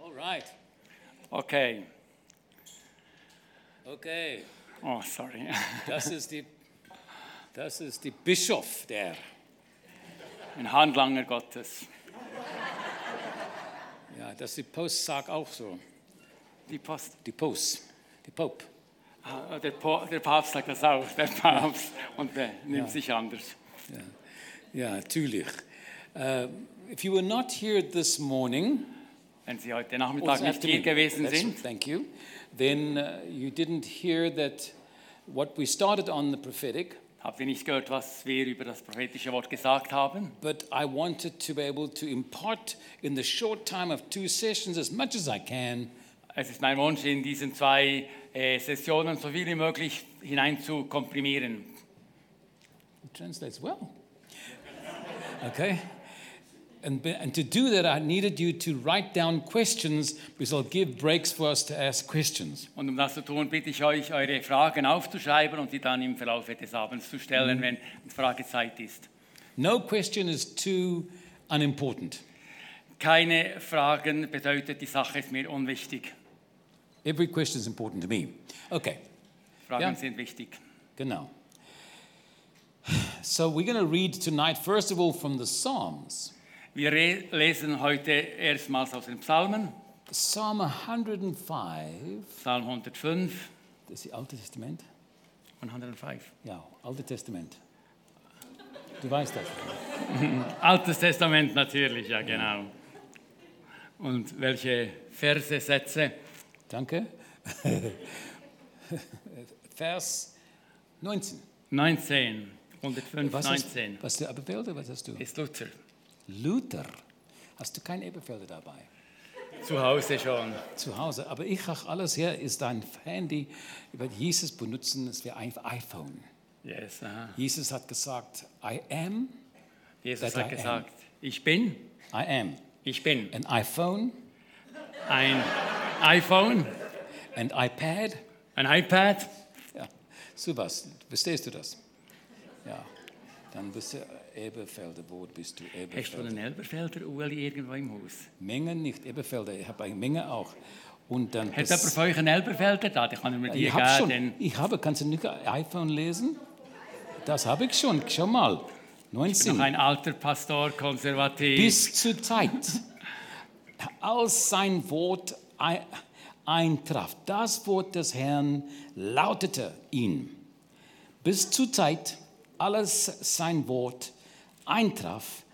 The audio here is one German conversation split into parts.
All right. Okay. Okay. Oh, sorry. Das ist die, das ist die Bischof der. Ein Handlanger Gottes. Ja, das ist die Post sagt auch so. Die Post. Die Post. Die Pope. Ah, Der, po der Papst sagt das auch. Der Papst. Und der nimmt sich anders. Ja, natürlich. Uh, if you were not here this morning, Wenn Sie heute Nachmittag nicht hier gewesen That's- sind, thank you, then uh, you didn't hear that what we started on the prophetic, habt ihr nicht gehört, was wir über das prophetische Wort gesagt haben. but I wanted to be able to impart in the short time of two sessions as much as I can Es ist mein Wunsch, in diesen zwei äh, Sessionen so viel wie möglich hinein zu komprimieren. It translates well. Okay? And, be- and to do that, I needed you to write down questions because I'll give breaks for us to ask questions. Und um das zu tun, bitte ich euch, eure Fragen aufzuschreiben und die dann im Verlauf des Abends zu stellen, wenn Fragezeit ist. No question is too unimportant. Keine Fragen bedeutet, die Sache ist mir unwichtig. Every question is important to me. Okay, Fragen Ja. sind wichtig. good now. So we're going to read tonight, first of all, from the Psalms. Wir re- lesen heute erstmals aus den Psalmen, Psalm 105, Psalm 105 das ist die Alte Testament? und 105. Ja, Alte Testament. Du weißt das. Altes Testament natürlich, ja genau. Und welche Verse, Sätze? Danke. Vers 19. 19, 105, Was, hast, 19. was ist der Eberfelder? Was hast du? Ist Luther. Luther. Hast du keinen Eberfelder dabei? Zu Hause schon. Zu Hause. Aber ich ach alles her, ist dein Handy. Über Jesus benutzen, es wäre ein iPhone. Yes, aha. Jesus hat gesagt, I am, Jesus That hat I am. gesagt, ich bin, I am. ich bin Ein iPhone, ein iPhone, ein iPad. ein iPad. Ja, sowas. Verstehst du das? Ja. Dann bist du Eberfelder. Wo bist du? Hast du Eberfelder. einen Elberfelder Ueli irgendwo im Haus? Menge nicht, Eberfelder, ich habe eine Menge auch. Und dann Hat jemand von euch einen Elberfelder da? Die kann ich mir die ich habe geben. schon, denn- ich habe, kannst du nicht iPhone lesen? Das habe ich schon, schau mal. Noch 19, ein alter Pastor, konservativ. bis zur Zeit, als sein Wort ei- eintraf, das Wort des Herrn lautete ihn. Bis zur Zeit, alles sein Wort eintraf,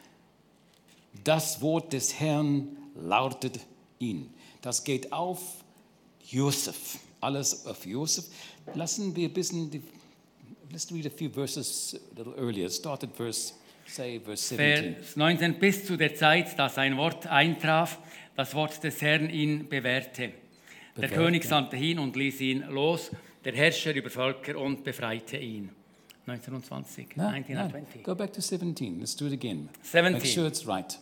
Das Wort des Herrn lautet ihn. Das geht auf Josef. Alles auf Josef. Lassen wir ein bisschen, die, let's read a few verses a little earlier. Start at verse, say verse 17. Vers 19 bis zu der Zeit, dass ein Wort eintraf, das Wort des Herrn ihn bewährte. Der Bewährte. König sandte ihn und ließ ihn los, der Herrscher über Völker und befreite ihn. 1920, No, 1920. Go back to 17. Let's do it again. 17. Make sure it's right.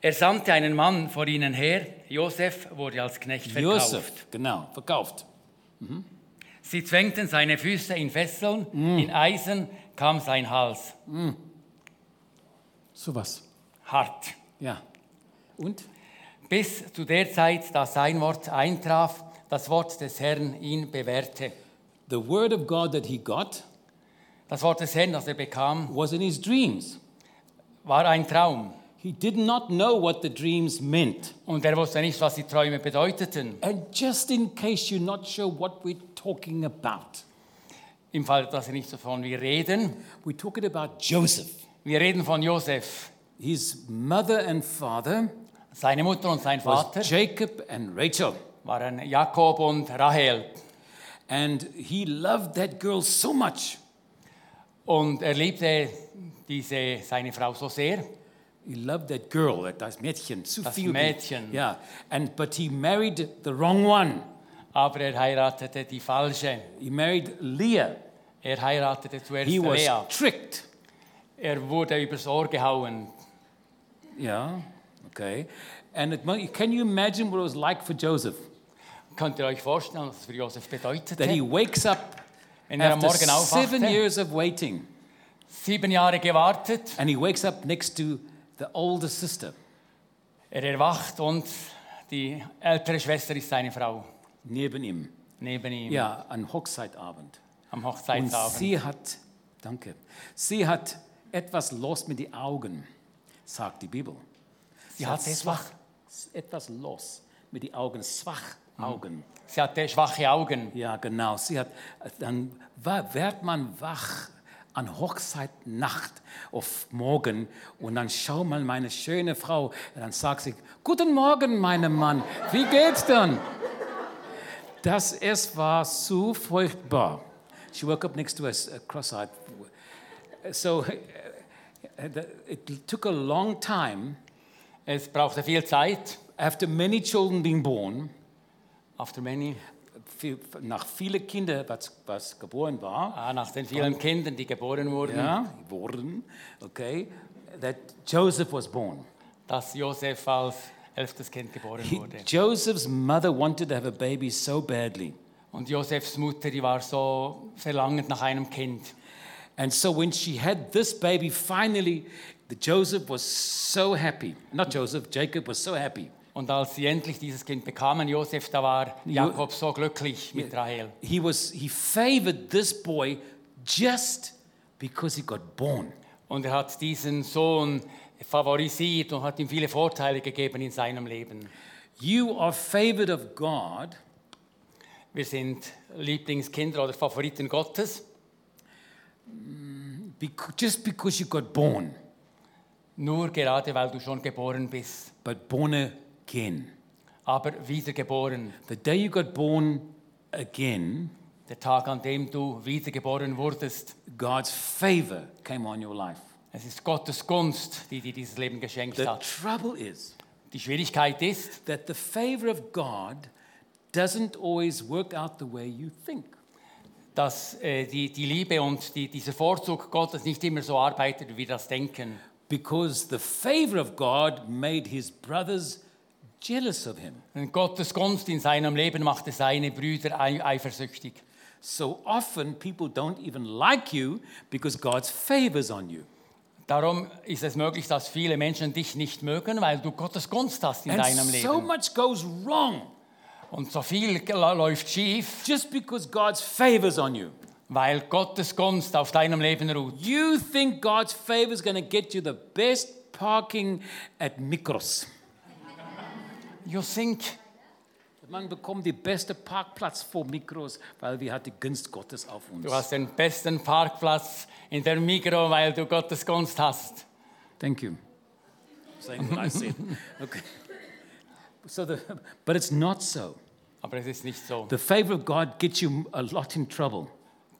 Er sandte einen Mann vor ihnen her, Josef wurde als Knecht verkauft. Josef, genau, verkauft. Sie zwängten seine Füße in Fesseln, Mm. in Eisen kam sein Hals. So was. Hart. Ja. Und? Bis zu der Zeit, dass sein Wort eintraf, das Wort des Herrn ihn bewährte. The word of God that he got Das Wort des Herrn, das er bekam, was in his dreams. war ein Traum. He did not know what the dreams meant. Und er wusste nicht, was die Träume bedeuteten. And just in case you're not sure what we're talking about, Im Fall, dass er nicht davon wir reden. we're talking about Joseph. Wir reden von Josef. His mother and father Seine Mutter und sein was Vater Jacob and Rachel. waren Jakob und Rahel. And he loved that girl so much. Und er liebte diese, seine Frau so sehr. He loved that girl, that das Mädchen, zu Das viel. Mädchen. Yeah. And but he married the wrong one. Aber er heiratete die Falsche. He married Leah. Er heiratete zuerst He was Lea. tricked. Er wurde übers Ohr gehauen. Yeah. Okay. And it, mu- can you imagine what it was like for Joseph? Könnt ihr euch vorstellen, was es für Josef That he bedeutete? wakes up Wenn er am after Morgen seven aufwachte, years of waiting. sieben Jahre gewartet, And he wakes up next to the older sister. Er erwacht und Die ältere Schwester ist seine Frau neben ihm. neben ihm Ja, an Hochzeitabend. am Und Hochzeitsabend. sie hat, danke, sie hat etwas los mit den Augen, sagt die Bibel. Sie hatte schwach- Etwas los mit den Augen, schwach Augen. Sie hatte schwache Augen. Ja, genau. Sie hat, dann wa- wird man wach an Hochzeit Nacht auf Morgen und dann schau mal meine schöne Frau und dann sagt sie, guten Morgen, mein Mann, wie geht's denn? Das es war so furchtbar. She woke up next to us, uh, cross-eyed. So uh, the- it took a long time Es brauchte viel Zeit. after many children being born, After many, viel, nach viele Kinder, was, was geboren war, ah, nach den vielen Kindern, die geboren wurden, Ja, wurden, okay, that Joseph was born. dass Josef als elftes Kind geboren He- wurde. Joseph's mother wanted to have a baby so badly. Und Josefs Mutter, die war so verlangend nach einem Kind. And so when she had this baby, finally, the Joseph was so happy. Not Joseph, Jacob was so happy. Und als sie endlich dieses Kind bekamen, Josef, da war Jakob so glücklich mit Rahel. He was he favored this boy just because he got born. Und er hat diesen Sohn favorisiert und hat ihm viele Vorteile gegeben in seinem Leben. You are favored of God Wir sind Lieblingskinder oder Favoriten Gottes, bec- just because you got born, nur gerade weil du schon geboren bist, but born again. aber wiedergeboren. The day you got born again, Der Tag, an dem du wiedergeboren wurdest. God's favor came on your life. Es ist Gottes Gunst, die dir dieses Leben geschenkt The hat. trouble is Die Schwierigkeit ist, that the favor of God doesn't always work out the way you think. dass äh, die, die Liebe und die, dieser Vorzug Gottes nicht immer so arbeitet, wie wir das denken. Because the favor of God made his brothers jealous of him. Denn Gottes Gunst in seinem Leben machte seine Brüder ei- eifersüchtig. So often people don't even like you because God's favor's on you. Darum ist es möglich, dass viele Menschen dich nicht mögen, weil du Gottes Gunst hast in And deinem so Leben. much goes wrong Und so viel gel- läuft schief, just because God's favor's on you. weil Gottes Gunst auf deinem Leben ruht. You think God's favor's going to get you the best parking at Mikros. You think Man bekommt die beste Parkplatz vor Mikros, weil wir hat die Gunst Gottes auf uns. du hast den besten Parkplatz in der Migro, weil du Gottes Gunst hast. Thank you. Saying what I said. Okay. So the, but it's not so. Aber es ist nicht so. The favor of God gets you a lot in trouble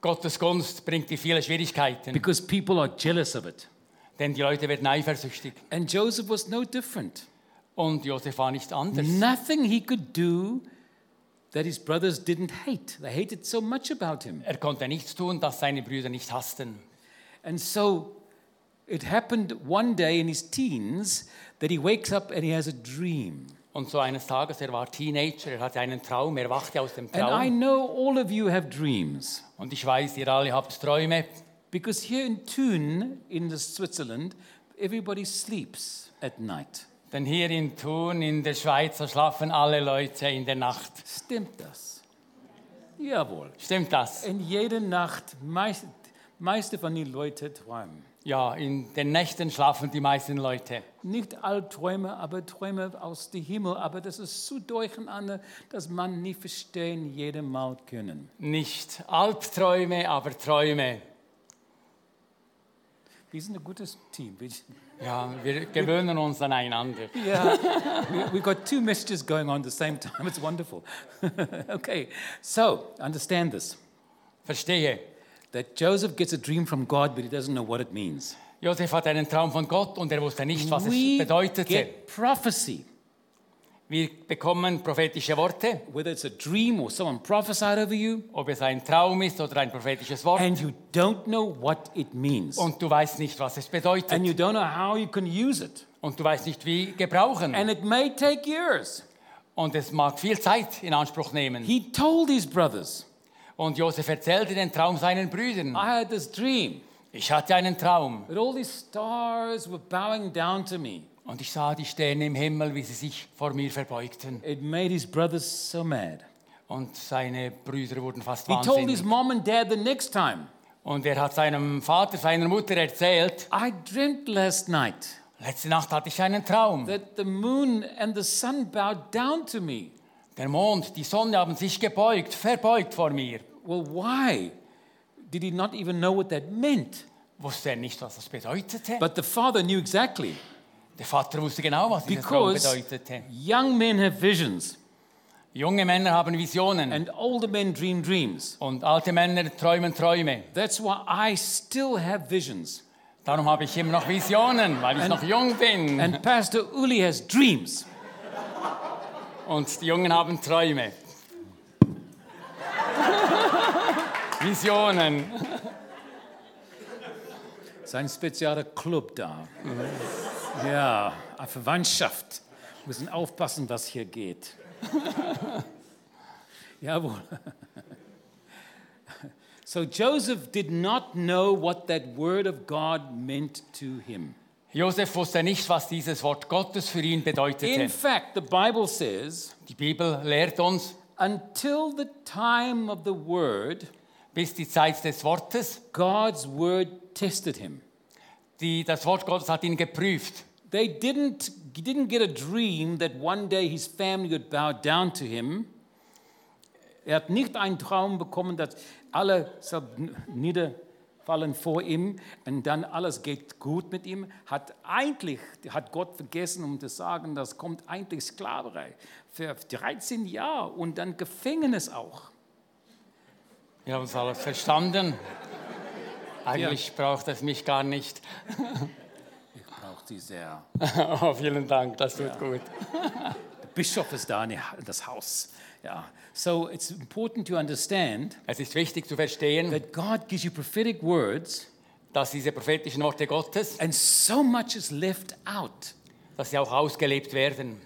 Gottes Gunst bringt dir viele Schwierigkeiten, because people are jealous of it. denn die Leute werden eifersüchtig. And Joseph was no different. Und Josef war nicht anders. Nothing he could do that his brothers didn't hate. They hated so much about him. Er konnte nichts tun, das seine Brüder nicht hassten. And so it happened one day in his teens that he wakes up and he has a dream. Und so eines Tages, er war Teenager, er hatte einen Traum, er wachte aus dem And I Traum. know all of you have dreams Und ich weiß, ihr alle habt Träume. because here in Thun, in the Switzerland, everybody sleeps at night. Denn hier in Thun, in der Schweiz, da schlafen alle Leute in der Nacht. Stimmt das? Jawohl. Stimmt das? Und jede Nacht, meist, meiste von den Leuten träumen. Ja, in den Nächten schlafen die meisten Leute. Nicht Albträume, aber Träume aus dem Himmel. Aber das ist so durcheinander, dass man nicht verstehen, jede Mal können. Nicht Albträume, aber Träume. Wir sind ein gutes Team. Wir- Ja, wir gewöhnen uns aneinander. Yeah, we, have got two messages going on at the same time. It's wonderful. okay, so understand this Verstehe. that Joseph gets a dream from God, but he doesn't know what it means. Josef hat einen Traum von Gott und er wusste nicht, was es we bedeutete. get prophecy, Wir bekommen prophetische Worte, whether it's a dream or someone prophesied over you, ob es ein Traum ist oder ein prophetisches Wort. and you don't know what it means. Und du weißt nicht, was es bedeutet. And you don't know how you can use it. Und du weißt nicht, wie gebrauchen. And it may take years. Und es mag viel Zeit in Anspruch nehmen. He told his brothers, Und Josef erzählte den Traum seinen Brüdern. I had this dream Ich hatte einen Traum. that all these stars were bowing down to me. Und ich sah die Sterne im Himmel, wie sie sich vor mir verbeugten. It made his brothers so mad. Und seine Brüder wurden fast He told his wahnsinnig. mom and dad the next time, Und er hat seinem Vater, seiner Mutter erzählt, I dreamt last night letzte Nacht hatte ich einen Traum. that the moon and the sun bowed down to me. Der Mond, die Sonne haben sich gebeugt, verbeugt vor mir. Well, why? Did he not even know what that meant? Wusste er nicht, was das bedeutete? But the father knew exactly Der Vater wusste genau, was dieser Traum because bedeutete. young men have visions Junge Männer haben Visionen and older men dream dreams. und alte Männer träumen Träume. That's why I still have visions. Darum habe ich immer noch Visionen, weil ich noch jung bin. And Pastor Uli has dreams. Und die Jungen haben Träume. Visionen. Sein spezieller Club da. Ja, eine Verwandtschaft. Wir müssen aufpassen, was hier geht. Jawohl. So Joseph did not know what that word of God meant to him. Josef wusste nicht, was dieses Wort Gottes für ihn In bedeutete. fact, the Bible says, Die Bibel lehrt uns, until the time of the word, bis die Zeit des Wortes, God's word tested him. die, das Wort Gottes hat ihn geprüft. They didn't, he didn't get a dream that one day his family would bow down to him. Er hat nicht einen Traum bekommen, dass alle so niederfallen vor ihm und dann alles geht gut mit ihm. Hat eigentlich, hat Gott vergessen, um zu sagen, das kommt eigentlich Sklaverei. Für 13 Jahre und dann Gefängnis auch. Wir haben es alles verstanden. Eigentlich braucht es mich gar nicht. Braucht sie sehr. Oh, vielen Dank, das tut gut. Der Bischof ist da in die- das Haus. Ja. So it's important to understand Es ist wichtig zu verstehen, that God gives you prophetic words dass diese prophetischen Worte Gottes, And so much is left out. dass sie auch ausgelebt werden.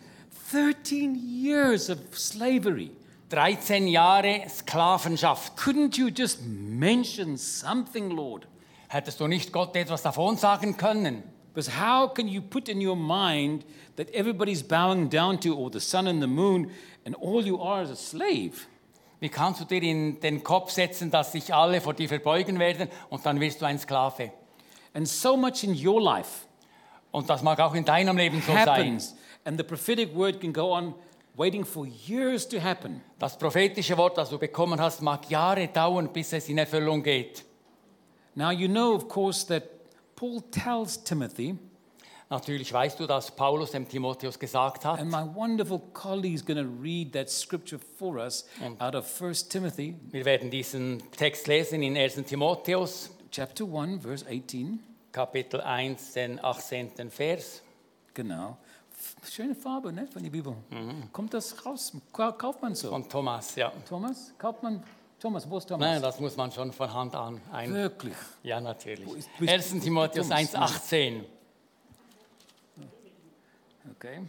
13 years of slavery. 13 Jahre Sklavenschaft. Couldn't you just mention something, Lord? Hättest du nicht Gott etwas davon sagen können? Because how can you put in your mind that everybody's bowing down to or the sun and the moon and all you are is a slave? Wie kannst du dir in den Kopf setzen, dass sich alle vor dir verbeugen werden und dann wirst du ein Sklave? And so much in your life Und das mag auch in deinem Leben so sein. happens. And the prophetic word can go on waiting for years to happen. Das prophetische Wort, das du bekommen hast, mag Jahre dauern, bis es in Erfüllung geht. Now, you know, of course, that Paul tells Timothy, Natürlich weißt du, dass Paulus dem Timotheus gesagt hat, And my wonderful colleague is going to read that scripture for us out of 1 Timothy wir werden diesen Text lesen in 1. Timotheus, chapter 1 verse 18. Kapitel 1, den 18. Vers. Genau. F- Schöne Farbe, ne, von der Bibel. Kommt das raus? Ka- Kauft man so? Mhm. Von Thomas, ja. Thomas? Kauft man Thomas, wo ist Thomas? Nein, das muss man schon von Hand an ein. Wirklich. Ja, natürlich. ist- wo ist- 1. Timotheus Thomas? 1, 18. Okay.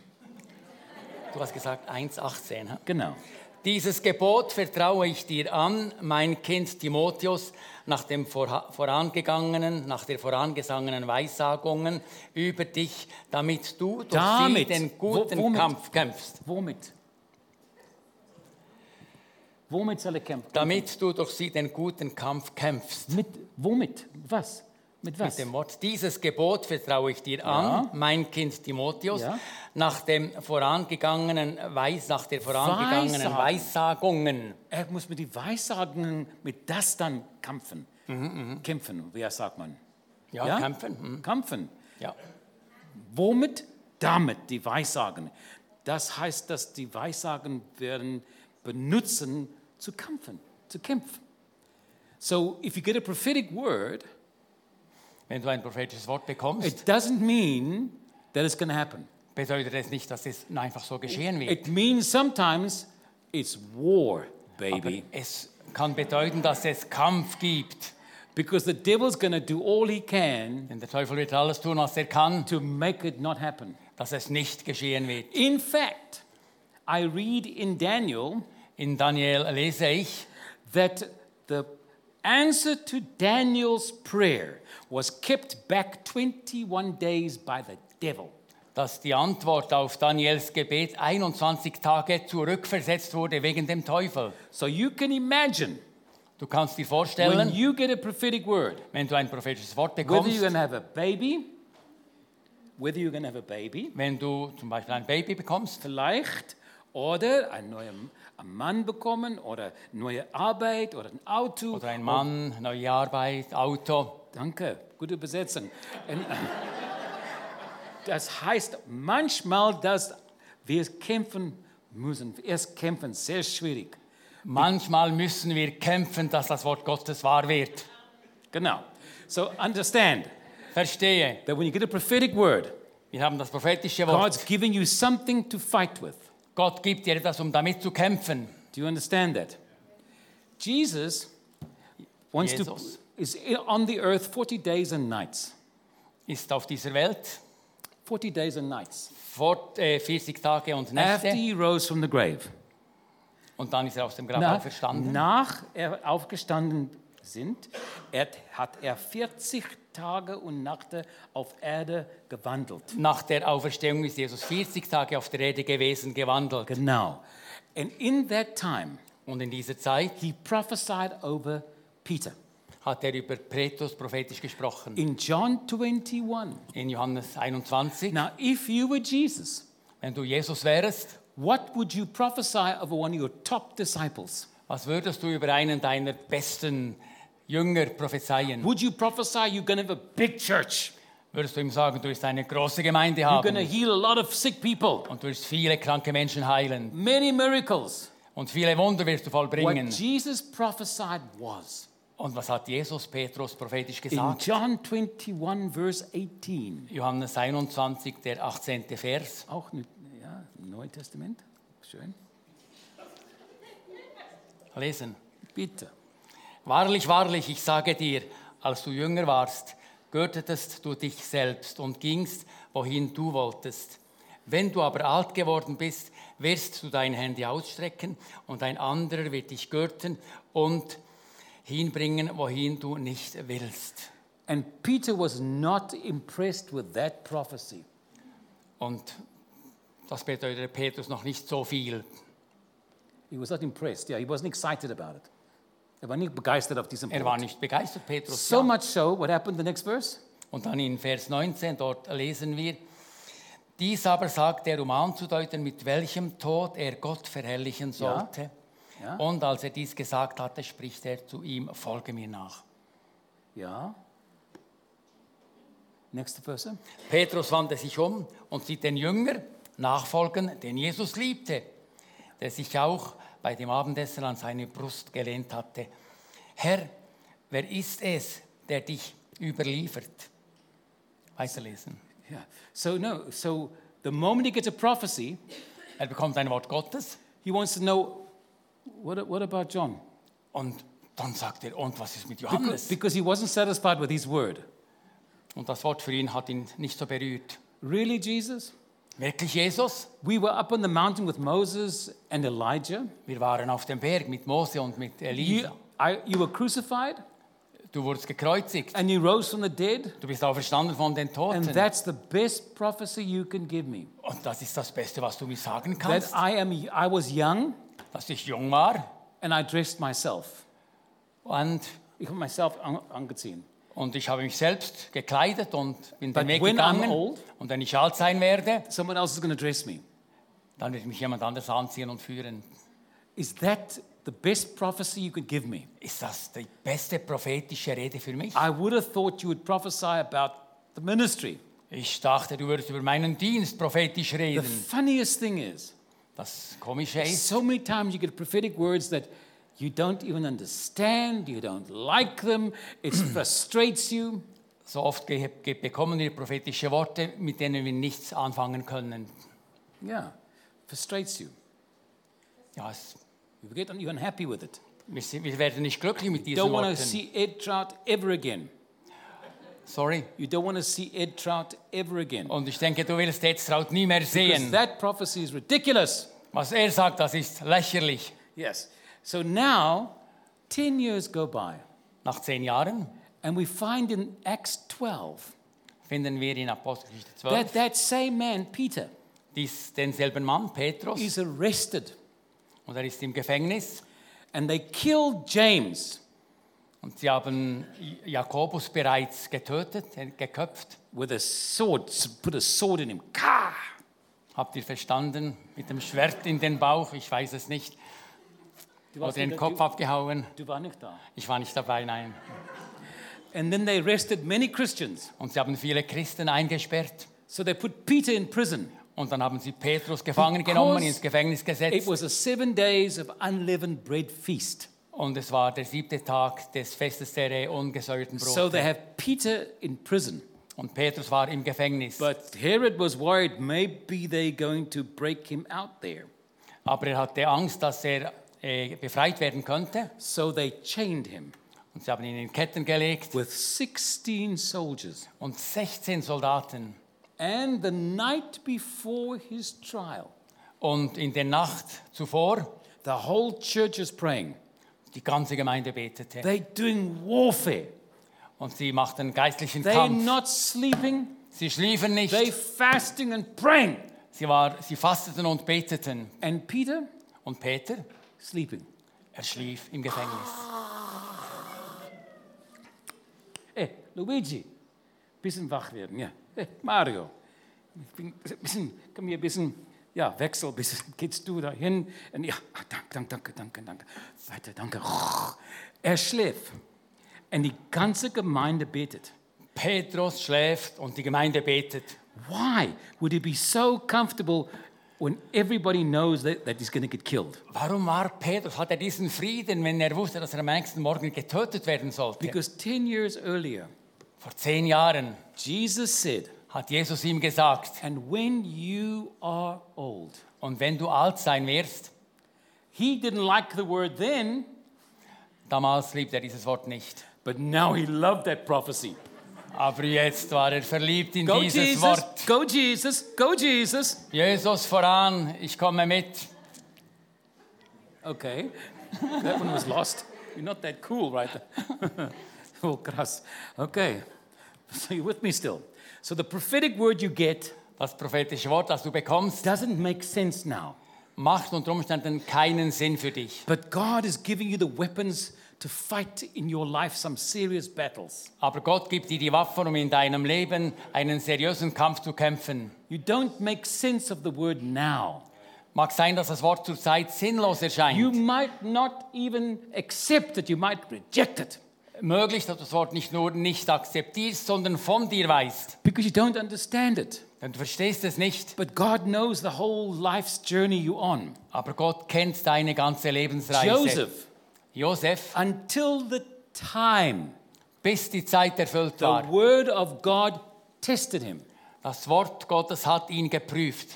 Du hast gesagt 1, 18. hä? Genau. Dieses Gebot vertraue ich dir an, mein Kind Timotheus, nach dem vorha- vorangegangenen, nach der vorangesagenen Weissagungen über dich, damit du durch Damit. sie den Wo- guten womit? Kampf kämpfst. Womit? Womit soll er kämpfen? damit du durch sie den guten Kampf kämpfst. Mit womit? Was? Mit was? Mit dem Wort, dieses Gebot vertraue ich dir an, mein Kind Timotheus, Ja. nach dem vorangegangenen Weis, nach der vorangegangenen Weissagen. Weissagungen. Er muss mit den Weissagungen, mit das dann kämpfen. Mhm, Kämpfen, wie er sagt man? Ja, Ja? kämpfen. Hm, Kämpfen. Ja. Womit? Damit, die Weissagen. Das heißt, dass die Weissagen werden benutzen, zu kämpfen, zu kämpfen. So, if you get a prophetic word, Wenn du ein prophetisches Wort bekommst, it doesn't mean that it's going to happen. bedeutet es nicht, dass es einfach so geschehen wird. It means sometimes it's war, baby. Es kann bedeuten, dass es Kampf gibt. Because the devil's going to do all he can Denn der Teufel wird alles tun, was er kann, to make it not happen. dass es nicht geschehen wird. In fact, I read in Daniel In Daniel lese ich, that the answer to Daniel's prayer was kept back 21 days by the devil. dass die Antwort auf Daniels Gebet 21 Tage zurückversetzt wurde wegen dem Teufel. So you can imagine Du kannst dir when vorstellen, you get a prophetic word, wenn du ein prophetisches Wort whether bekommst, you're going to have a baby, whether you're going to have a baby, wenn du zum Beispiel ein Baby bekommst vielleicht, oder ein neuer ein Mann bekommen, oder neue Arbeit, oder ein Auto. oder ein Mann, neue Arbeit, Auto. Danke, gute Übersetzung. Und, äh, Das heißt, manchmal, dass wir kämpfen müssen. Erst kämpfen, sehr schwierig. Manchmal müssen wir kämpfen, dass das Wort Gottes wahr wird. Genau. So understand Verstehe. that when you get a prophetic word, Wir haben das prophetische Wort. God's giving you something to fight with. Gott gibt dir etwas, um damit zu kämpfen. Do you understand that? Jesus wants Jesus. to is on the earth 40 days and nights. Ist auf dieser Welt 40 days and nights. vor äh, 40 Tage und After Nächte he rose from the grave. und dann ist er aus dem Grab Na- auferstanden. nach er aufgestanden sind, er, hat er 40 Tage und Nächte auf Erde gewandelt. Nach der Auferstehung ist Jesus 40 Tage auf der Erde gewesen, gewandelt. Genau. And in that time, Und in dieser Zeit he prophesied over Peter. hat er über Petrus prophetisch gesprochen. In John 21. In Johannes 21, Now, if you were Jesus, wenn du Jesus wärst, what would you prophesy over one of your top disciples? was würdest du über einen deiner besten Jünger prophezeien? Would you prophesy you're going to have a big church? Würdest du ihm sagen, du wirst eine große Gemeinde You're going to haben heal a lot of sick people, und du wirst viele kranke Menschen heilen many miracles. und viele Wunder wirst du vollbringen? What Jesus prophesied was. Und was hat Jesus Petrus prophetisch In gesagt? John 21, Vers 18. Johannes 21, der 18. Vers. Auch ne- ja, Neues Testament. Schön. Lesen. Bitte. Wahrlich, wahrlich, ich sage dir, als du jünger warst, gürtetest du dich selbst und gingst, wohin du wolltest. Wenn du aber alt geworden bist, wirst du dein Handy ausstrecken und ein anderer wird dich gürten und hinbringen, wohin du nicht willst. And Peter was not impressed with that prophecy. Und das bedeutet Petrus noch nicht so viel. He was not impressed. Yeah, he wasn't excited about it. Er war nicht begeistert auf diesem Er war Punkt. nicht begeistert, Petrus. So ja. much so, what happened the next verse? Und dann in Vers 19, dort lesen wir, dies aber sagt er, um anzudeuten, mit welchem Tod er Gott verherrlichen sollte. Ja. Und als er dies gesagt hatte, spricht er zu ihm, folge mir nach. Ja. Next verse. Petrus wandte sich um und sieht den Jünger nachfolgen, den Jesus liebte, der sich auch bei dem Abendessen an seine Brust gelehnt hatte. Herr, wer ist es, der dich überliefert? Weiterlesen. Yeah. So no, so the moment he gets a prophecy, Er bekommt ein Wort Gottes. he wants to know, what, what about John? Und dann sagt er, und was ist mit Because, Johannes? because he wasn't satisfied with his word. Und das Wort für ihn hat ihn nicht so berührt. Really, Jesus? Wirklich Jesus? We were up on the mountain with Moses and Elijah. Wir waren auf dem Berg mit Mose und mit You, Elisa. I, you were crucified Du wurdest gekreuzigt. and you rose from the dead. Du bist auferstanden von den And Toten. that's the best prophecy you can give me. Und das ist das Beste, was du mir sagen That kannst, I am I was young dass ich jung war and I dressed myself. und, Ich habe myself an- angezogen. und ich habe mich selbst gekleidet und bin But den Weg when I'm gegangen. old- und wenn ich alt sein werde, Someone else is going to dress me. dann wird mich jemand anders anziehen und führen. Is that the best prophecy you could give me? Ist das die beste prophetische Rede für mich? I would have thought you would prophesy about the ministry. Ich dachte, du würdest über meinen Dienst prophetisch The reden. funniest thing is, Das Komische ist, So many times you get prophetic words that you don't even understand, you don't like them, it frustrates you. so oft ge- ge- bekommen wir prophetische Worte, mit denen wir nichts anfangen können. Yeah, frustrates you. Ja, es, You get you're unhappy with it. wir, sind- wir werden nicht glücklich mit You diesen don't want to Worten. see Ed Trout ever again. Sorry. You don't want to see Ed Trout ever again. Und ich denke, du willst jetzt Traut nie mehr Because sehen. that prophecy is ridiculous. Was er sagt, das ist lächerlich. Yes. So now, 10 years go by, Nach zehn Jahren and we find in Acts 12 finden wir in Apostelgeschichte 12. that that same man, Peter, Dies, denselben Mann, Petrus, is arrested und er ist im Gefängnis. and they killed James. Und sie haben Jakobus bereits getötet, äh, geköpft. with a sword, s- put a sword in him. Ka! Habt ihr verstanden? Mit dem Schwert in den Bauch, ich weiß es nicht. Oder den Kopf abgehauen. Ich war nicht dabei, nein. And then they arrested many Christians. Und sie haben viele Christen eingesperrt. So they put Peter in prison. Und dann haben sie Petrus gefangen Because genommen, ins Gefängnis It gesetzt. was a seven days of unleavened bread feast. Und es war der siebte Tag des Festes der ungesäuerten So Brot. they have Peter in prison. Und Petrus war im Gefängnis. But Herod was worried maybe they're going to break him out there. Aber er hatte Angst, dass er äh, befreit werden könnte. So they chained him Und sie haben ihn in Ketten gelegt. with 16 soldiers. Und 16 Soldaten. And the night before his trial, Und in der Nacht zuvor, the whole church is praying. die ganze Gemeinde betete. They're doing warfare. Und sie machten geistlichen They're Kampf. not sleeping, Sie schliefen nicht. they're fasting and praying. Sie, war, sie fasteten und beteten. And Peter, Und Peter, sleeping. er schlief im Gefängnis. Hey, Eh, Luigi, bisschen wach werden, ja. Hey, Mario, ich bin, bisschen, komm hier, bisschen, ja, wechsel, bisschen, gehst du dahin? Und ja, ah, danke, danke, danke, danke, weiter, danke. Er schläft. Und die ganze Gemeinde betet. Petrus schläft und die Gemeinde betet. Why would he be so comfortable when everybody knows that, that he's going to get killed? Warum war Petrus, hat er diesen Frieden, wenn er wusste, dass er am nächsten Morgen getötet werden sollte? Because 10 years earlier, Vor zehn Jahren Jesus said, hat Jesus ihm gesagt, And when you are old, und wenn du alt sein wirst, he didn't like the word then, damals liebt er dieses Wort nicht. but now he loved that prophecy. Aber jetzt war er verliebt in Go dieses Jesus, Wort. go Jesus, go Jesus. Jesus voran, ich komme mit. Okay, that one was lost. You're not that cool, right? oh, krass. Okay, so you're with me still. So the prophetic word you get Das prophetische Wort, das du bekommst, doesn't make sense now, macht unter Umständen keinen Sinn für dich. but God is giving you the weapons to fight in your life some serious battles. Aber Gott gibt dir die Waffen, um in deinem Leben einen seriösen Kampf zu kämpfen. You don't make sense of the word now. Mag sein, dass das Wort zurzeit sinnlos erscheint. You might not even accept it, you might reject it Möglich, dass du das Wort nicht nur nicht akzeptierst, sondern von dir weißt. because you don't understand it. Denn du verstehst es nicht, But God knows the whole life's journey you're on. aber Gott kennt deine ganze Lebensreise. Joseph, Josef, until the time bis die Zeit erfüllt the war. word of God tested him, Das Wort Gottes hat ihn geprüft,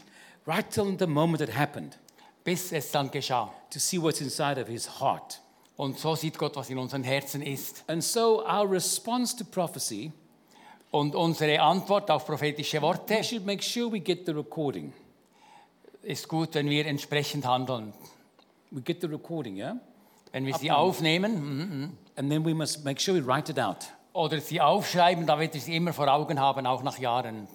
right till the moment it happened, bis es dann geschah. to see what's inside of his heart. Und so sieht Gott, was in unseren Herzen ist. And so, our response to prophecy, Und unsere Antwort auf prophetische we Worte should make sure we get the recording. ist gut, wenn wir entsprechend handeln. We get the recording, yeah? Wenn wir sie aufnehmen mhm, And then we must make sure we write it out. oder sie aufschreiben, damit wir sie immer vor Augen haben, auch nach Jahren.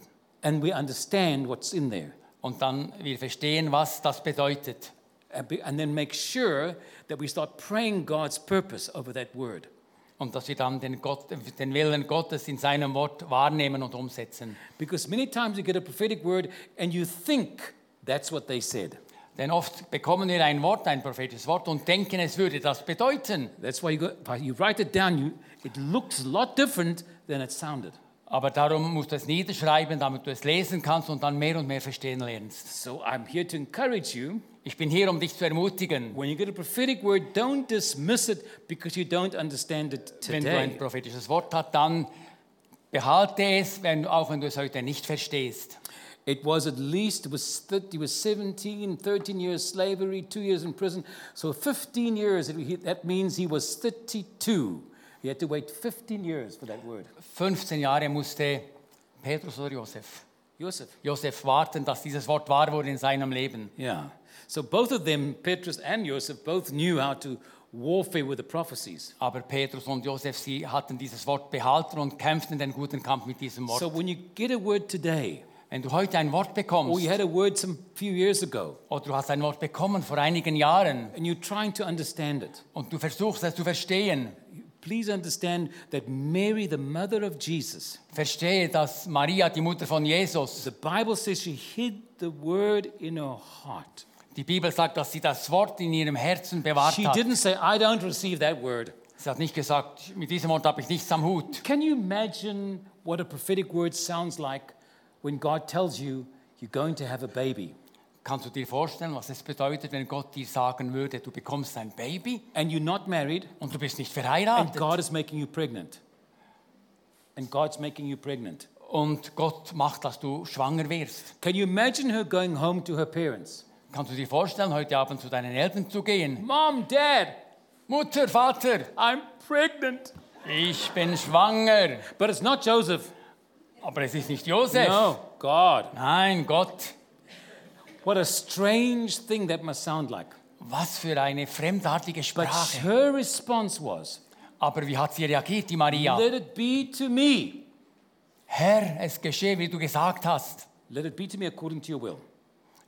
and we understand what's in there. Und dann wir verstehen, was das bedeutet. And uh, be- And then make sure that we start praying God's purpose over that word. Und dass wir dann den, Gott, den Willen Gottes in seinem Wort wahrnehmen und umsetzen. Because many times you get a prophetic word and you think that's what they said. Denn oft bekommen wir ein Wort, ein prophetisches Wort und denken, es würde das bedeuten. That's why you, go, why you write it down, you, it looks a lot different than it sounded. Aber darum musst du es niederschreiben, damit du es lesen kannst und dann mehr und mehr verstehen lernst. So I'm here to encourage you Ich bin hier, um dich zu ermutigen. when you get a prophetic word, don't dismiss it because you don't understand it Wenn du ein today. prophetisches Wort hast, dann behalte es, wenn, auch wenn du es heute nicht verstehst. It was at least, it was, 30, it was 17, 13 years slavery, two years in prison. So 15 years, it- he- that means he was 32. He had to wait 15 years for that word. 15 Jahre musste Petrus oder Josef, Joseph. Josef warten, dass dieses Wort wahr wurde in seinem Leben. Yeah. So both of them, Petrus and Joseph, both knew how to warfare with the prophecies. Aber Petrus und Josef, sie hatten dieses Wort behalten und kämpften den guten Kampf mit diesem Wort. So when you get a word today, Wenn du heute ein Wort or bekommst, you had a word some few years ago, oder du hast ein Wort bekommen vor einigen Jahren and you're trying to understand it, und du versuchst es zu verstehen, please understand that Mary, the mother of Jesus, verstehe, dass Maria, die Mutter von Jesus, the Bible says she hid the word in her heart. die Bibel sagt, dass sie das Wort in ihrem Herzen bewahrt She hat. didn't say, I don't receive that word. Sie hat nicht gesagt, mit diesem Wort habe ich nichts am Hut. Can you imagine what a prophetic word sounds like when God tells you you're going to have a baby Kannst du dir vorstellen, was es bedeutet, wenn Gott dir sagen würde, du bekommst ein Baby and you're not married und du bist nicht and verheiratet God is making you pregnant? And God's making you pregnant. und Gott macht, dass du schwanger wirst? Can you imagine her going home to her parents? Kannst du dir vorstellen, heute Abend zu deinen Eltern zu gehen? Mom, Dad, Mutter, Vater, I'm pregnant. ich bin schwanger. But it's not Joseph. Aber es ist nicht Josef. No, God. Nein, Gott. What a strange thing that must sound like. Was für eine fremdartige But Sprache. her response was, Aber wie hat sie reagiert, die Maria? Let it be to me. Herr, es geschehe, wie du gesagt hast. Let it be to me according to your will.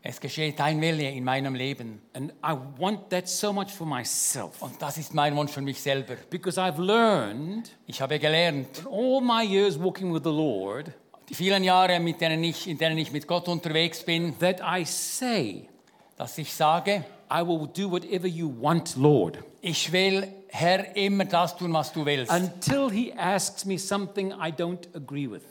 Es geschehe dein Wille in meinem Leben. And I want that so much for myself Und das ist mein Wunsch für mich selber. because I've learned Ich habe gelernt, in all my years walking with the Lord die vielen Jahre, mit denen ich, in denen ich mit Gott unterwegs bin, that I say, dass ich sage, I will do whatever you want, Lord, ich will, Herr, immer das tun, was du willst. until He asks me something I don't agree with.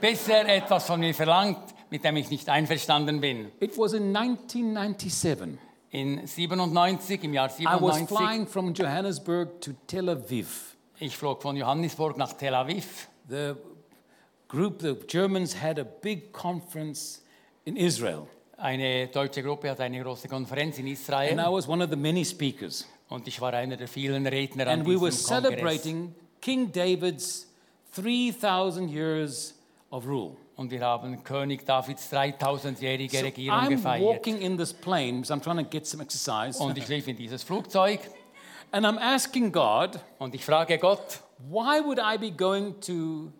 Bis er etwas von mir verlangt, mit dem ich nicht einverstanden bin. It was in 1997. In 97, im Jahr I was 97, flying from Johannesburg to Tel Aviv. Ich flog von Johannesburg nach Tel Aviv. The group, the Germans, had a big conference in Israel. Eine deutsche Gruppe hat eine große Konferenz in And I Israel was one of the many speakers. und ich war einer der vielen Redner an And we diesem were Kongress. celebrating King David's 3,000 years of rule. Und wir haben König Davids 3000-jährige So Regierung I'm gefeiert. walking in this plane because I'm trying to get some exercise. Und ich lief in dieses Flugzeug And I'm asking God, und ich frage Gott, why would I be going to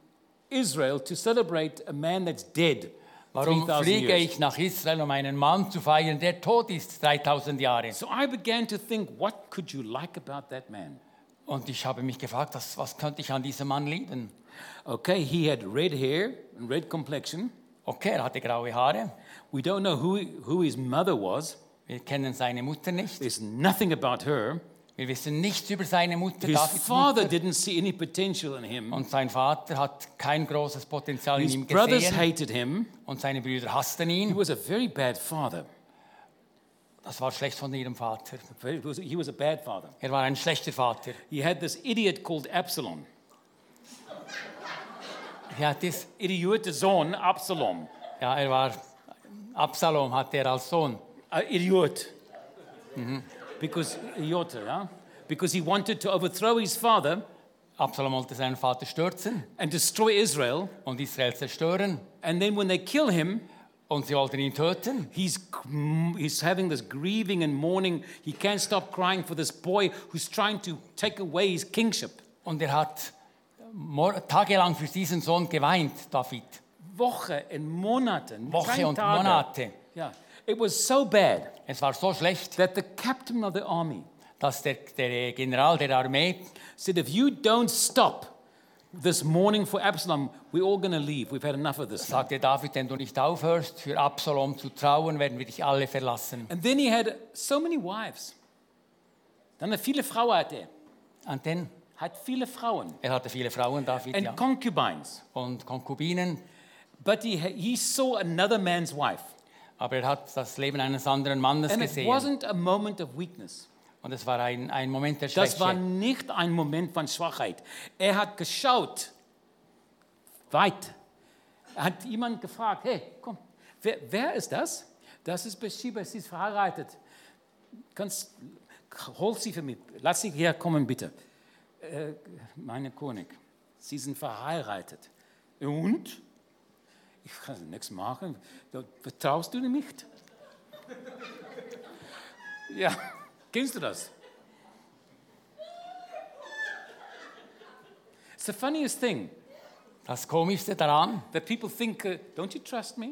Israel to celebrate a man that's dead? warum 3,000 fliege years? ich nach Israel, um einen Mann zu feiern, der tot ist 3000 Jahre? So I began to think, what could you like about that man? Und ich habe mich gefragt, was, was könnte ich an diesem Mann lieben? Okay, he had red hair and red complexion. Okay, er hatte graue Haare. We don't know who, who his mother was. Wir kennen seine Mutter nicht. There's nothing about her. Wir wissen nichts über seine Mutter, His Davids Mutter. father didn't see any potential in him. Und sein Vater hat kein großes Potenzial in His ihm brothers gesehen hated him. und seine Brüder hassten He ihn. was a very bad father. Das war schlecht von ihrem Vater. Very- he was- He was a bad father. Er war ein schlechter Vater. He had this idiot called Absalom. Er, hat dies, Idiote Sohn Absalom. ja, er war Absalom hatte er als Sohn. Uh, idiot. Mm-hmm. Because idiote, yeah? Because he wanted to overthrow his father Absalom wollte seinen Vater stürzen and destroy Israel. und Israel zerstören And then when they kill him, und sie wollten ihn töten. he's, he's having this grieving and mourning. He can't stop crying for this boy who's trying to take away his kingship. Und er hat mor- tagelang für diesen Sohn geweint, David. Woche and Monate. Woche kein und Tage. Monate. Yeah. It was so bad Es war so schlecht, that the captain of the army dass der, der General der Armee said, if you don't stop this mourning for Absalom, we're all going to leave. We've had enough of this. now." sagte David, wenn du nicht aufhörst, für Absalom zu trauen, werden wir dich alle verlassen. And then he had so many wives. Dann viele Frauen hatte er. Und dann, Hat viele Frauen. er hatte viele Frauen, David, And ja, concubines. und Konkubinen, But he, he saw another man's wife. aber er hat das Leben eines anderen Mannes And it gesehen. wasn't a moment of weakness. Und es war ein, ein Moment der Das war Schwäche. nicht ein Moment von Schwachheit. Er hat geschaut, weit. Er hat jemand gefragt, hey, komm, wer, wer ist das? Das ist Bathsheba, sie ist verheiratet. Kannst, hol sie für mich, lass sie herkommen, bitte. Äh, meine König, sie sind verheiratet. Und? Ich kann nichts machen. Da- Vertraust du nicht? Ja, kennst du das? It's the funniest thing Das Komischste daran, that people think, uh, don't you trust me?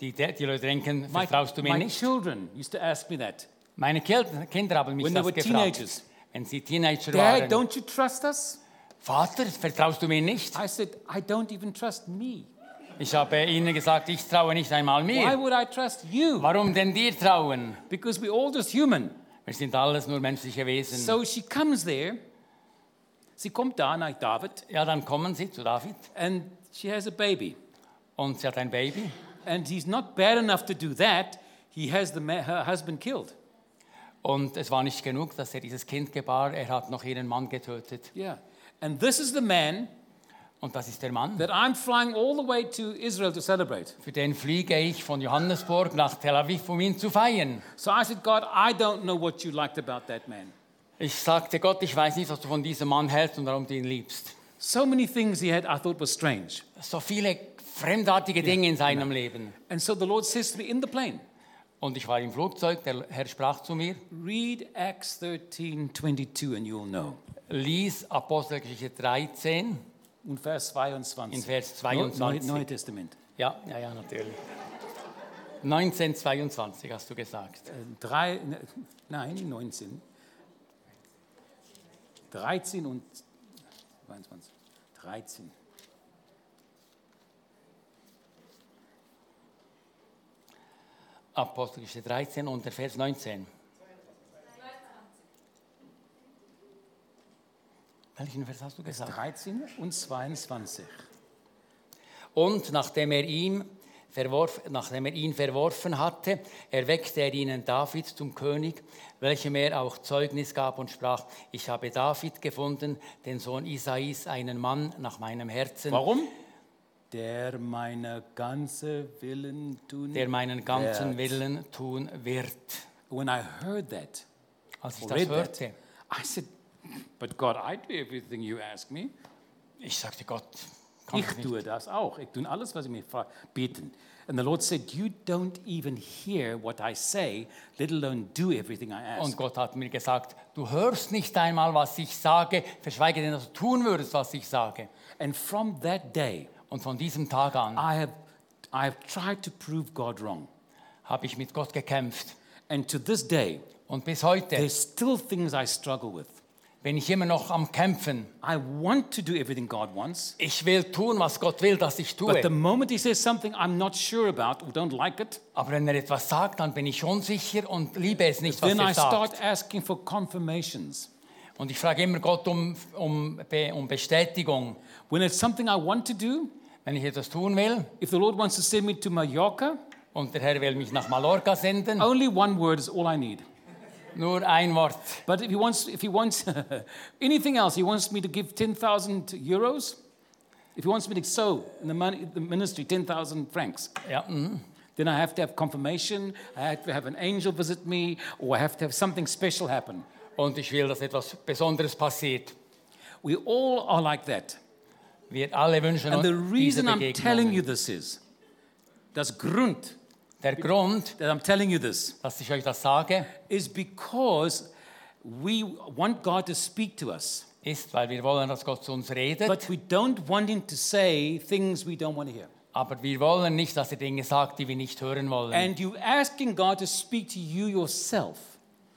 die, die Leute denken, My, vertraust du mir my nicht? children used to ask me that. Meine Kel- Kinder haben mich When they das were gefragt. teenagers. Wenn sie Teenager Dad, waren. don't you trust us? Vater, vertraust du mir nicht? I said, I don't even trust me. Ich habe ihnen gesagt, ich traue nicht einmal Why mir. would I trust you? Warum denn dir trauen? Because we're all just human. Wir sind alles nur menschliche Wesen. So she comes there. Sie kommt da nach David Ja, dann kommen sie zu David and she has a baby. und sie hat ein Baby. And he's not bad enough to do that. He has the ma- her husband killed. Und es war nicht genug, dass er dieses Kind gebar, er hat noch ihren Mann getötet. Yeah. And this is the man Und das ist der Mann, that I'm flying all the way to Israel to celebrate. für den fliege ich von Johannesburg nach Tel Aviv, um ihn zu feiern. So I said, God, I don't know what you liked about that man. Ich sagte Gott, ich weiß nicht, was du von diesem Mann hältst und warum du ihn liebst. So many things he had I thought was strange. So viele fremdartige Dinge in seinem Leben. And so the Lord says to me in the plane, Und ich war im Flugzeug, der Herr sprach zu mir, read Acts 13, 22 and you'll know. lies Apostelgeschichte 13 Und Vers 22. in Vers Neu- Neu- 22. Neue Testament. Ja, ja, ja, natürlich. 1922 hast du gesagt. Äh, Drei, ne- nein, 19. 13 und 22. 13. Apostelgeschichte 13 und der Vers 19. Welchen Vers hast du gesagt? 13 und 22. Und nachdem er, ihm verworf, nachdem er ihn verworfen hatte, erweckte er ihnen David zum König, welchem er auch Zeugnis gab und sprach, ich habe David gefunden, den Sohn Isais, einen Mann nach meinem Herzen, Warum? Der meine ganze Willen tun. der meinen ganzen wird. Willen tun wird. When I heard that, Als ich or das read that, hörte, I said, but God, I do everything you ask me. ich sagte Gott, kann Ich ich nicht. tue das auch. Ich tue alles, was ich mir fra- beten. And the Lord said, you don't even hear what I say, let alone do everything I ask. Und Gott hat mir gesagt, du hörst nicht einmal, was ich sage, verschweige denn, dass du tun würdest, was ich sage. And from that day, Und von diesem Tag an I have, I have tried to prove God wrong. habe ich mit Gott gekämpft. And to this day, Und bis heute there's still things I struggle with. bin ich immer noch am Kämpfen. I want to do everything God wants, Ich will tun, was Gott will, dass ich but the tue. moment He says something I'm not sure about or don't like it, Aber wenn er etwas sagt, dann bin ich unsicher und liebe es nicht, was then I er sagt. start asking for confirmations. Und ich frage immer Gott um, um, Be- um Bestätigung. When it's something I want to do, Wenn ich etwas tun will if the Lord wants to send me to Mallorca, und der Herr will mich nach Mallorca senden, only one word is all I need. nur ein Wort. But if He wants, if he wants anything else, He wants me to give 10,000 euros. If He wants me to sow in the, money, the ministry 10,000 francs, Ja, mhm. then I have to have confirmation, I have to have an angel visit me, or I have to have something special happen. Und ich will, dass etwas Besonderes passiert. We all are like that. Wir alle wünschen And uns the diese reason I'm telling Begegnungen. you this is, das Grund Der Grund, that I'm telling you this, dass ich euch das sage, is because we want God to speak to us, ist, weil wir wollen, dass Gott zu uns redet. but we don't want Him to say things we don't want to hear. Aber wir wollen nicht, dass er Dinge sagt, die wir nicht hören wollen. And you're asking God to speak to you yourself,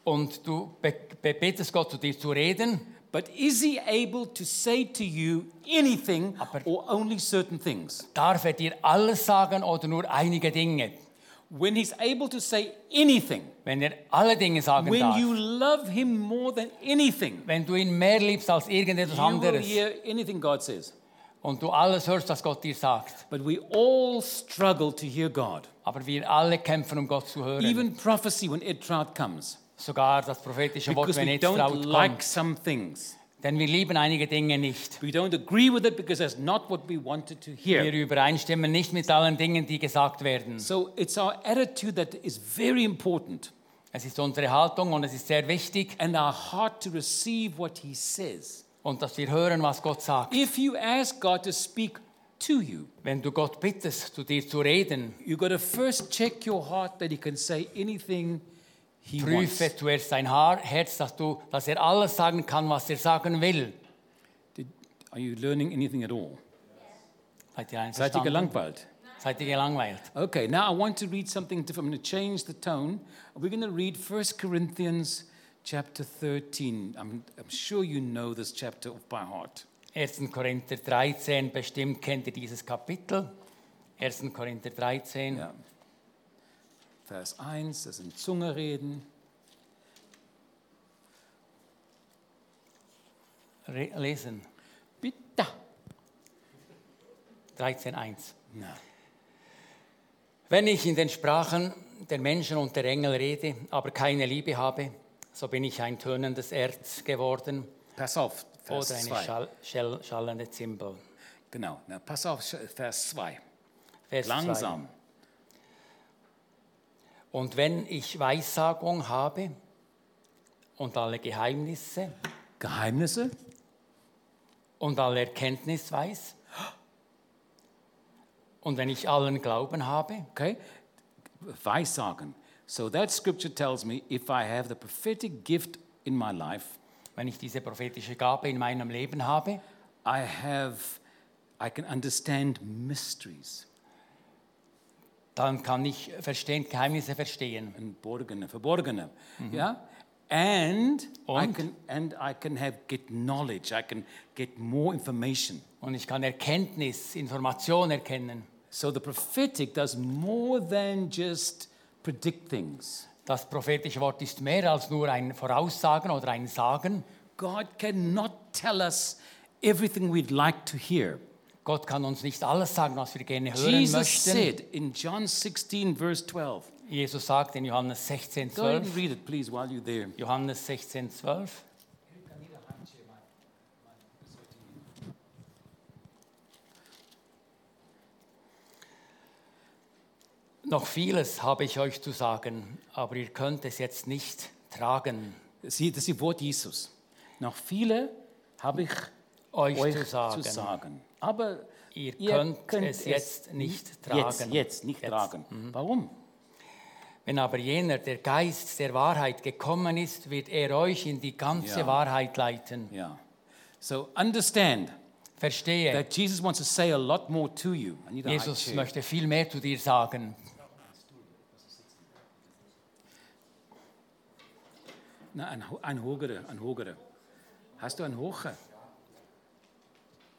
und du be be- betest Gott, zu dir zu reden, but is He able to say to you anything Aber- or only certain things? darf er dir alles sagen oder nur einige Dinge. When He's able to say anything, Wenn er alle Dinge sagen When darf, you love him more than anything, wenn du ihn mehr liebst als irgendetwas you will anderes hear anything God says. und du alles hörst, was Gott dir sagt. But we all struggle to hear God. Aber wir alle kämpfen, um Gott zu hören. Even prophecy when Ed Trout comes. Sogar das prophetische Wort, Because wenn we jetzt don't traut, like kommt. some things. Denn wir lieben einige Dinge nicht. We don't agree with it because that's not what we wanted to Wir hear. übereinstimmen nicht mit allen Dingen, die gesagt werden. So it's our attitude that is very important Es ist unsere Haltung und es ist sehr wichtig, and our heart to receive what he says. und dass wir hören, was Gott sagt. If you ask God to speak to you, Wenn du Gott bittest, zu dir zu reden, you got to first check your heart that he can say anything he wants. prüfe zuerst sein Haar- Herz, dass, du, dass er alles sagen kann, was er sagen will. Did, Are you learning anything at all? Seid ihr Seid ihr einverstanden? gelangweilt? Seid ihr gelangweilt? Okay, now I want to read something different. I'm going to change the tone. We're going to read 1 Corinthians chapter 13. I'm, I'm sure you know this chapter off by heart. 1. Korinther 13, bestimmt kennt ihr dieses Kapitel. 1. Korinther 13. Ja. Vers 1, das sind Zunge reden. Re lesen. Bitte. 13.1. Na, Wenn ich in den Sprachen der Menschen und der Engel rede, aber keine Liebe habe, so bin ich ein tönendes Erz geworden pass auf, Vers oder eine 2. Schall, Schell, schallende Zimbel. Genau, na, pass auf, Sch- Vers 2. Vers zwei. Langsam. Und wenn ich Weissagung habe und alle Geheimnisse Geheimnisse? und alle Erkenntnis weiß, und wenn ich allen Glauben habe, Okay? Weissagen. So that scripture tells me if I have the prophetic gift in my life, wenn ich diese prophetische Gabe in meinem Leben habe, I have, I can understand mysteries. dann kann ich verstehen, Geheimnisse verstehen. and Borgene, verborgene. Yeah? And, I Und? can and I can have get knowledge. I can get more information. Und ich kann Erkenntnis, Information erkennen. So the prophetic does more than just predict things. Das prophetische Wort ist mehr als nur ein Voraussagen oder ein Sagen. God cannot tell us everything we'd like to hear. Gott kann uns nicht alles sagen, was wir gerne hören Jesus möchten. said in John 16, verse 12. Jesus sagt in Johannes 16, Go ahead 12. and read it, please, while you're there. Johannes 16, 12. Noch vieles habe ich euch zu sagen, aber ihr könnt es jetzt nicht tragen, Sie, das ist die Wort Jesus. Noch viele habe ich euch, euch zu sagen. zu sagen. Aber Ihr, Ihr könnt, es jetzt nicht tragen. Jetzt, jetzt nicht Jetzt. tragen. Mhm. Warum? Wenn aber jener, der Geist der Wahrheit gekommen ist, wird er euch in die ganze Ja. Wahrheit leiten. Yeah. So understand Verstehe. that Jesus wants to say a lot more to you. I need a high Jesus chair. möchte viel mehr zu dir sagen. Na, ein, ho- ein hogere, ein hogere. Hast du ein hoge?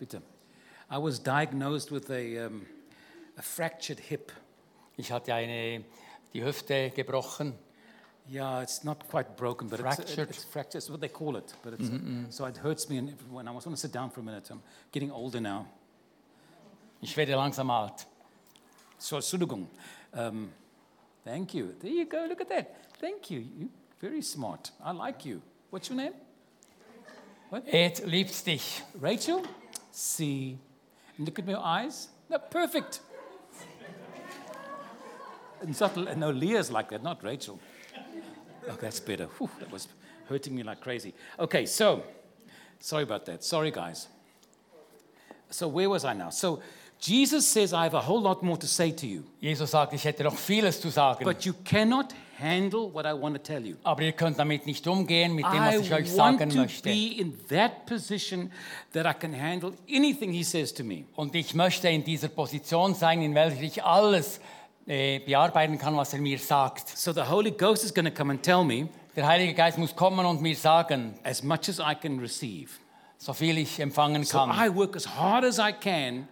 Bitte. I was diagnosed with a, um, a fractured hip. Ich hatte eine, die Hüfte gebrochen. Yeah, it's not quite broken, but it's, Fractured. it, it's fractured. It's what they call it. But it's, so it hurts me. And if- when I was going to sit down for a minute, I'm getting older now. Ich werde langsam alt. So, Sulugung. Um, thank you. There you go. Look at that. Thank you. you very smart. I like you. What's your name? Ed liebt dich. Rachel? See. And look at my eyes. They're perfect. It's not, no, Leah's like that, not Rachel. Oh, that's better. Whew, that was hurting me like crazy. Okay, so, sorry about that. Sorry, guys. So, where was I now? So, Jesus says, I have a whole lot more to say to you. Jesus sagt, ich hätte noch vieles zu sagen. But you cannot handle what I want to tell you. aber ihr könnt damit nicht umgehen, mit dem, was I ich euch want sagen to möchte. be in that position that I can handle anything he says to me. Und ich möchte in dieser Position sein, in welcher ich alles äh, bearbeiten kann, was er mir sagt. So the Holy Ghost is going to come and tell me Der Heilige Geist muss kommen und mir sagen, as much as I can receive. so viel ich empfangen So kann. I work as hard as I can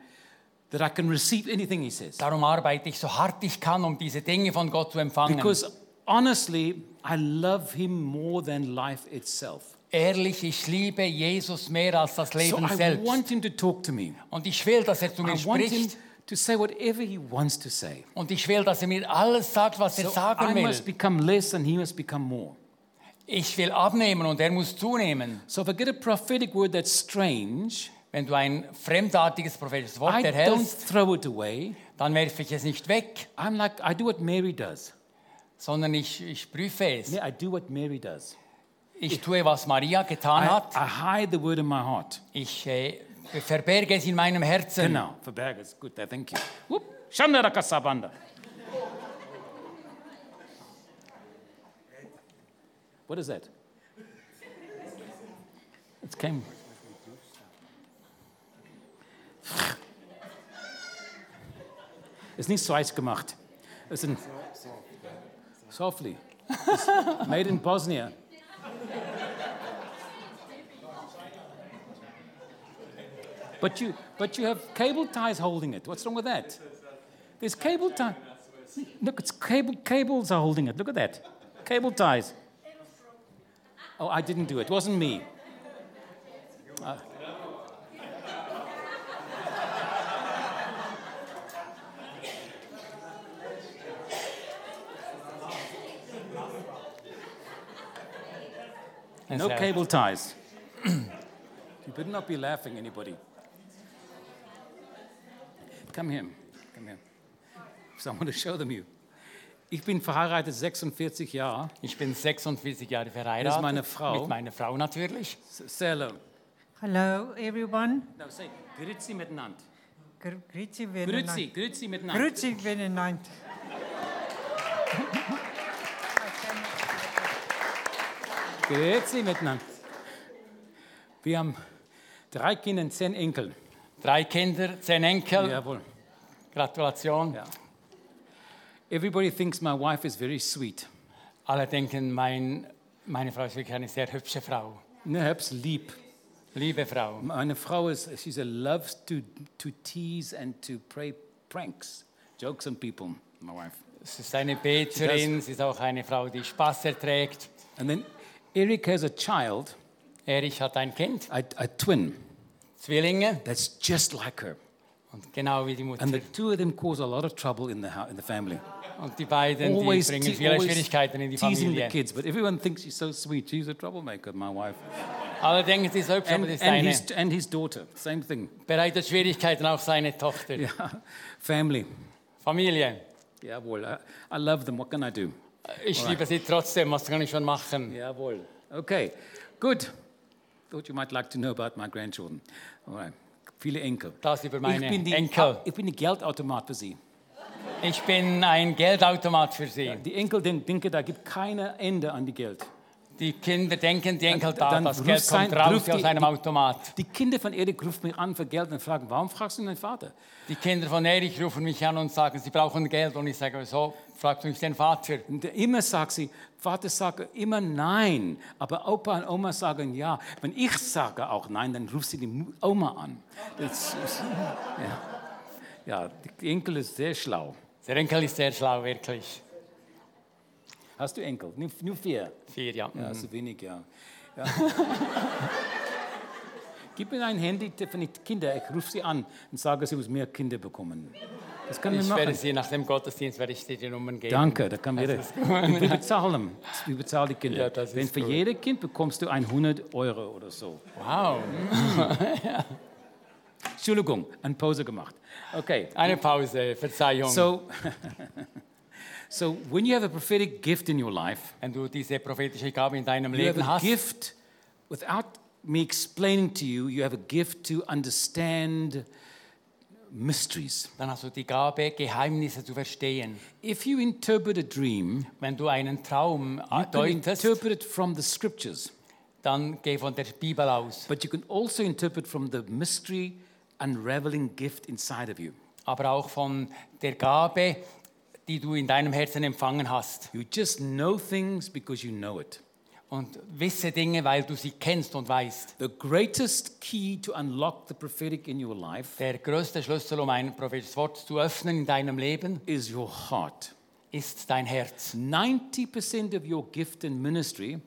that I can receive anything he says. Darum arbeite ich so hart ich kann, um diese Dinge von Gott zu empfangen. Because honestly, I love him more than life itself. Ehrlich, ich liebe Jesus mehr als das So Leben I selbst. want him to talk to me. Und ich will, dass er zu mir I want him spricht. to say whatever he wants to say. Und ich will, dass er mir alles sagt, was er So sagen I must will. become less and he must become more. Ich will abnehmen und er muss zunehmen. So if I get a prophetic word that's strange, Wenn du ein fremdartiges prophetisches Wort I don't erhältst, throw it away. dann werfe ich es nicht weg, I'm like, I do what Mary does. sondern ich, ich prüfe es. Yeah, I do what Mary does. Ich tue, was Maria getan I, hat. I hide the word in my heart. Ich äh, verberge es in meinem Herzen. Genau, verberge es. Gut, da, thank you. Whoop. Shandara kasabanda. What is that? It came. Ist nicht so heiß gemacht. Ist ein Softly. Ist Made in Bosnia. But you, but you have cable ties holding it. What's wrong with that? There's cable tie. Look, it's cable. Cables are holding it. Look at that. Cable ties. Oh, I didn't do it. It wasn't me. No Also, cable ties. you better not be laughing, anybody. Come here. Come here. So I'm going to show them you. Ich bin verheiratet 46 Jahre. Ich bin 46 Jahre verheiratet. Das ist meine Frau. Mit meiner Frau natürlich. Hello. Hello everyone. No, say, grüezi miteinander. Gr- Grüezi miteinander. Grüezi, grüezi miteinander. Grüezi miteinander. Grüezi miteinander. Wir haben drei Kinder, und zehn Enkel. Drei Kinder, zehn Enkel. Jawohl. Gratulation. Ja. Everybody thinks my wife is very sweet. Alle denken, mein, meine Frau ist wirklich eine sehr hübsche Frau. Perhaps lieb. Liebe Frau. Meine Frau is she's a loves to to tease and to play pranks, jokes on people. My wife. Es ist eine Beterin, sie ist auch eine Frau, die Spaß erträgt. And then Eric has a child, Erich hat ein Kind, a, a twin Zwillinge, that's just like her, und genau wie die Mutter. and the two of them cause a lot of trouble in the hou- in the family. Und die beiden, die Always, bringen te- viele always Schwierigkeiten in die teasing the Familie. kids, but everyone thinks she's so sweet. She's a troublemaker, my wife, Alle denken, sie ist hübsch, and, aber sie ist and eine. his and his daughter, same thing. Bereitet Schwierigkeiten auch seine Tochter. Yeah, family. Familie. Jawohl. I, I love them. What can I do? Ich liebe sie trotzdem, was kann ich schon machen? Jawohl. Okay, good. Thought you might like to know about my grandchildren. All right. Viele Enkel. Das über meine ich bin die, Enkel. Ich bin die Geldautomat für Sie. Ich bin ein Geldautomat für sie. Die Enkel den, denken, da gibt keine Ende an die Geld. Die Kinder denken, die Enkel da, Dann das ruft Geld sein- kommt raus ruft die- aus einem die- Automat. Die Kinder von Erik rufen mich an für Geld und fragen, warum fragst du deinen Vater? Die Kinder von Erich rufen mich an und sagen, sie brauchen Geld. Und ich sage, wieso? Fragt mich den Vater. Und immer sagt sie, Vater sage immer nein, aber Opa und Oma sagen ja. Wenn ich sage auch nein, dann ruft sie die Mu- Oma an. Das ist, ja. ja, die Enkel ist sehr schlau. Der Enkel ist sehr schlau, wirklich. Hast du Enkel? Nur, nur vier. Vier, ja. Ja, so wenig, ja. ja. Gib mir ein Handy von den Kindern, ich rufe sie an und sage, sie muss mehr Kinder bekommen. Das kann man Ich werde machen. sie nach dem Gottesdienst werde ich dir die Nummern geben. Danke, da kann jeder. Wir bezahlen, wir bezahlen die Kinder. Ja, das Wenn ist für gut. jedes Kind bekommst du 100 Euro oder so. Wow. Entschuldigung, eine Pause gemacht. Okay, Eine Pause, Verzeihung. so, so when you have a prophetic gift in your life, Wenn du diese prophetische Gabe in deinem you have Leben a hast, gift without me explaining to you you have a gift to understand mysteries dann hast du die Gabe, Geheimnisse zu verstehen. if you interpret a dream Wenn du einen Traum you can deutest, interpret it from the scriptures dann geh von der Bibel aus. but you can also interpret from the mystery unraveling gift inside of you Aber auch von der Gabe, die du in deinem Herzen empfangen hast. you just know things because you know it Und wisse Dinge, weil du sie kennst und weißt. the greatest key to unlock the prophetic in your life Der größte Schlüssel, um ein prophetisches Wort zu öffnen in deinem Leben, is your heart ist dein Herz. 90% of your gift and ministry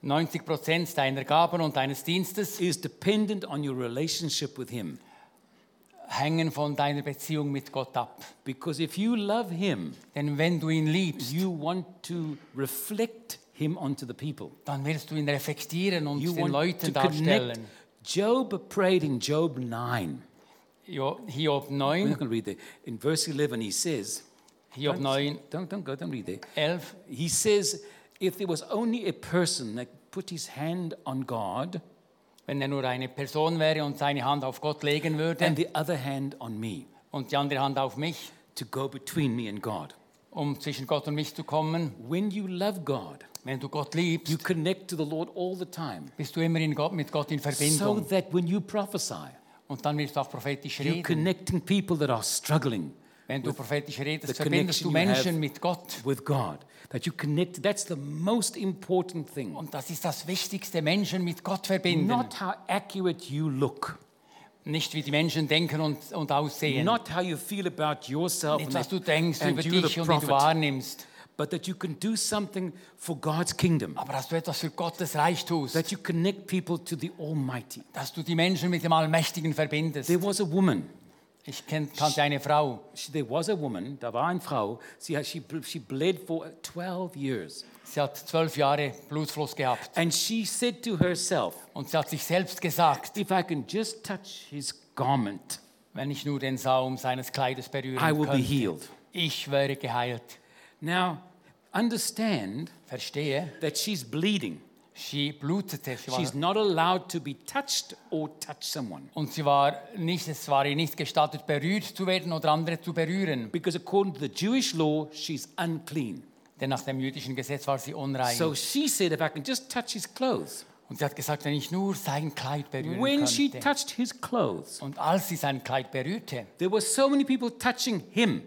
90 Prozent deiner Gaben und deines Dienstes is dependent on your relationship with him hängen von deiner Beziehung mit Gott ab. Because if you love him, Denn wenn du ihn liebst, you want to reflect him onto the people. dann wirst du ihn reflektieren und You den want to Leuten connect. darstellen. Job prayed in Job 9. Jo- Hiob We're not 9, going to read there. In verse 11, he says, Hiob 9, Don't, don't go, don't read there. 11. He says, If there was only a person that put his hand on God Wenn er nur eine Person wäre und seine Hand auf Gott legen and würde the other hand on me und die andere Hand auf mich, to go between me and God. um zwischen Gott und mich zu kommen, When you love God, wenn du Gott you liebst, connect to the Lord all the time. bist du immer in Gott, mit Gott in So Verbindung. that when you prophesy, Und dann wirst du auch prophetisch you're reden. connecting people that are struggling Wenn du prophetisch redest, the verbindest du connection you have- Menschen mit Gott. with God. That you connect, that's the most important thing. Und das ist das Wichtigste, Menschen mit Gott verbinden. Not how accurate you look, Nicht wie die Menschen denken und, und aussehen. not how you feel about yourself nicht, and, was du denkst and über you, dich the und wie du prophet, wahrnimmst. but that you can do something for God's kingdom. Aber dass du etwas für Gottes Reich tust. That you connect people to the Almighty. Dass du die Menschen mit dem Allmächtigen verbindest. There was a woman. Ich kenn, kannte eine Frau. She, there was a woman, da war eine Frau, sie, hat- she, she bled for 12 years. Sie hat zwölf Jahre Blutfluss gehabt. And she said to herself, Und sie hat sich selbst gesagt, if I can just touch his garment, wenn ich nur den Saum seines Kleides berühren I will be könnte, healed. ich wäre geheilt. Now, understand Verstehe? that she's bleeding. Sie blutete. Sie war She's not allowed to be touched or touch someone. und sie war nicht, es war ihr nicht gestattet, berührt zu werden oder andere zu berühren. Because according to the Jewish law, she's unclean. Denn nach dem jüdischen Gesetz war sie unrein. So she said, if I can just touch his clothes. und sie hat gesagt, wenn ich nur sein Kleid berühren When she könnte. touched his clothes, Und als sie sein Kleid berührte, there were so many people touching him.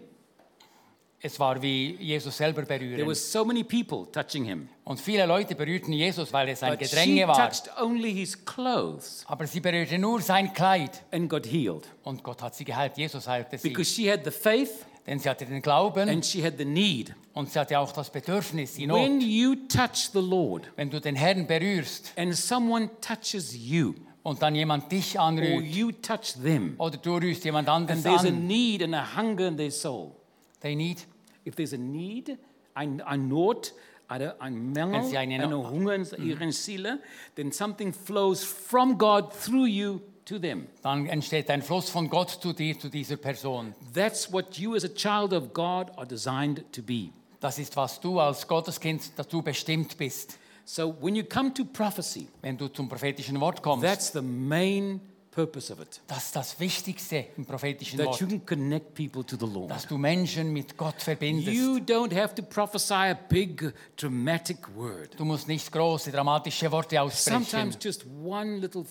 es war wie Jesus selber berühren. There were so many people touching him. und viele Leute berührten Jesus, weil es ein But she Gedränge war. touched only his clothes Aber sie berührte nur sein Kleid. and got healed. Und Gott hat sie geheilt. Jesus heilte sie. Because she had the faith Denn sie hatte den Glauben and she had the need. und sie hatte auch das Bedürfnis, die Not. When you touch the Lord Wenn du den Herrn berührst and someone touches you, und dann jemand dich or anrührt you touch them, oder du rührst jemand and anderes Oh, there's a an, need and a hunger in their soul. they need, If there's a need, ein, ein Not, eine, ein Mängel, Wenn sie eine eine Not- Mhm. Hunger in ihren Seele, then something flows from God through you to them. dann entsteht ein Fluss von Gott zu dir, zu dieser Person. That's what you as a child of God are designed to be. Das ist, was du als Gotteskind dazu bestimmt bist. So when you come to prophecy, Wenn du zum prophetischen Wort kommst, that's the main purpose of it. das ist das Wichtigste im prophetischen That you can Wort, connect people to the Lord. dass du Menschen mit Gott verbindest. You don't have to prophesy a big dramatic word. du musst nicht große, dramatische Worte Sometimes aussprechen. just one little f-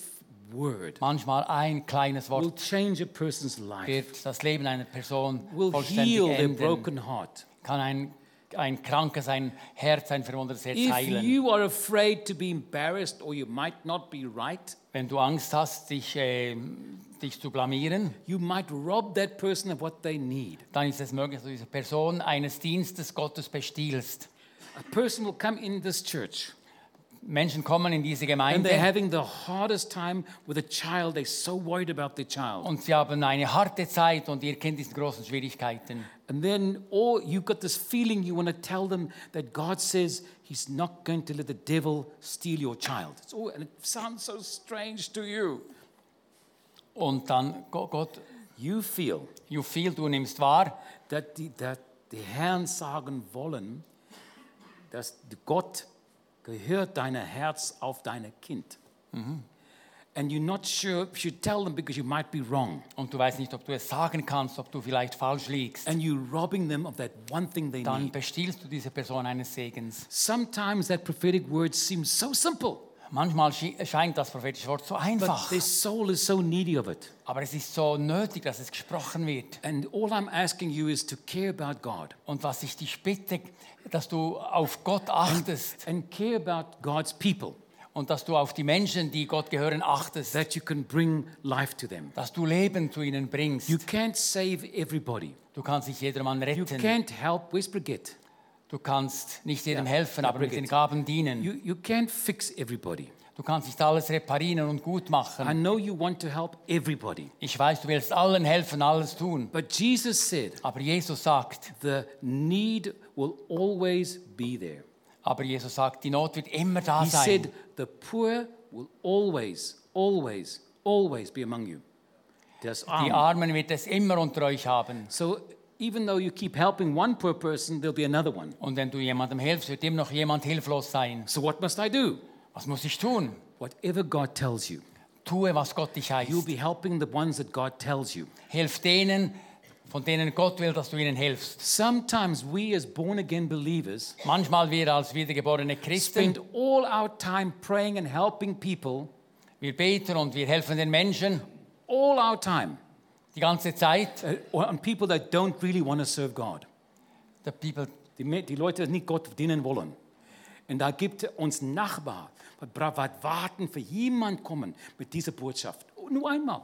word Manchmal ein kleines will Wort change a person's life, wird das Leben einer Person will vollständig heal their ändern. broken heart. kann ein, ein krankes, ein Herz, ein verwundetes Herz If heilen. you are afraid to be embarrassed or you might not be right, Wenn du Angst hast, dich, äh, dich zu blamieren, you might rob that person of what they need. dann ist es möglich, dass du diese Person eines Dienstes Gottes bestiehlst. A person will come in this church Menschen kommen in diese and they're Gemeinde having the hardest time with a child. They're so worried about their child. und sie haben eine harte Zeit und ihr Kind ist in großen Schwierigkeiten. And then, or you've got this feeling you want to tell them that God says He's not going to let the devil steal your child. It's all, and it sounds so strange to you. Und dann, Go- Gott, You feel you feel, du nimmst wahr, that die, that die Herren sagen wollen, dass Gott gehört dein Herz auf dein Kind. Mhm. And you're not sure if you tell them because you might be wrong. und du weißt nicht, ob du es sagen kannst, ob du vielleicht falsch liegst. And you're robbing them of that one thing they Dann need. bestiehlst du diese Person eines Segens. Sometimes that prophetic word seems so simple, Manchmal schi- scheint das prophetische Wort so but einfach. their soul is so needy of it. Aber es ist so nötig, dass es gesprochen wird. And all I'm asking you is to care about God Und was ich dich bitte, dass du auf Gott achtest and care about God's people, und dass du auf die Menschen, die Gott gehören, achtest, that you can bring life to them. dass du Leben zu ihnen You bringst. can't save everybody. Du kannst nicht jedermann You retten. can't help. Where's Brigitte? Du kannst nicht jedem Ja, helfen, ja, aber mit den Brigitte. Gaben dienen. You, you can't fix everybody. Du kannst nicht alles reparieren und gut I machen. know you want to help everybody. Ich weiß, du willst allen helfen, alles tun. But Jesus said, Aber Jesus sagt, the need will always be there. aber Jesus sagt, die Not wird immer da He sein. said, the poor will always, always, always be among you. Das Die Arm. Armen wird es immer unter euch haben. So even though you keep helping one poor person, there'll be another one. Und wenn du jemandem hilfst, wird immer noch jemand hilflos sein. So what must I do? Was muss ich tun? Whatever God tells you, Tue, was Gott dich you'll heißt. be helping the ones that God tells you. Hilf denen, von denen Gott will, dass du ihnen hilfst. Sometimes we, as born again believers, Manchmal wir als wiedergeborene spend Christen, all our time praying and helping people, wir beten und wir helfen den Menschen all our time. die ganze Zeit. uh, or on people that don't really want to serve God. The people, Die, Me- die Leute, die nicht Gott dienen wollen. Und da gibt er uns Nachbar, was bra- was warten, für jemand kommen mit dieser Botschaft. Nur einmal.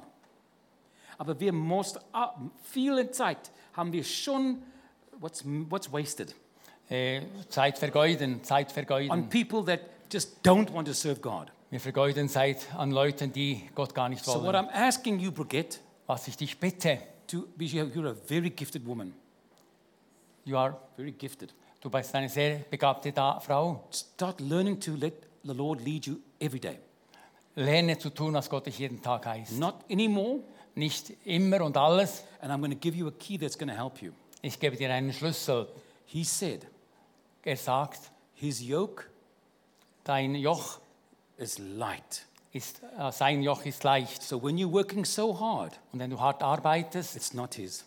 Aber wir mussten, ah, viele Zeit haben wir schon, what's, what's wasted? äh, Zeit vergeuden, Zeit On vergeuden. people that just don't want to serve God. Wir vergeuden Zeit an Leuten, die Gott gar nicht So what wollen. I'm asking you, Brigitte, Was ich dich bitte, to, because you're you're a very gifted woman, you are, very gifted. du bist eine sehr begabte da Frau. Start learning to let the Lord lead you every day. Lerne zu tun, was Gott dich jeden Tag heißt. Not anymore. Nicht immer und alles. And I'm going to give you a key that's going to help you. Ich gebe dir einen Schlüssel. He said, Er sagt, His yoke dein Joch is light. ist, äh, sein Joch ist leicht. So when you're working so hard, Und wenn du hart arbeitest, it's not His.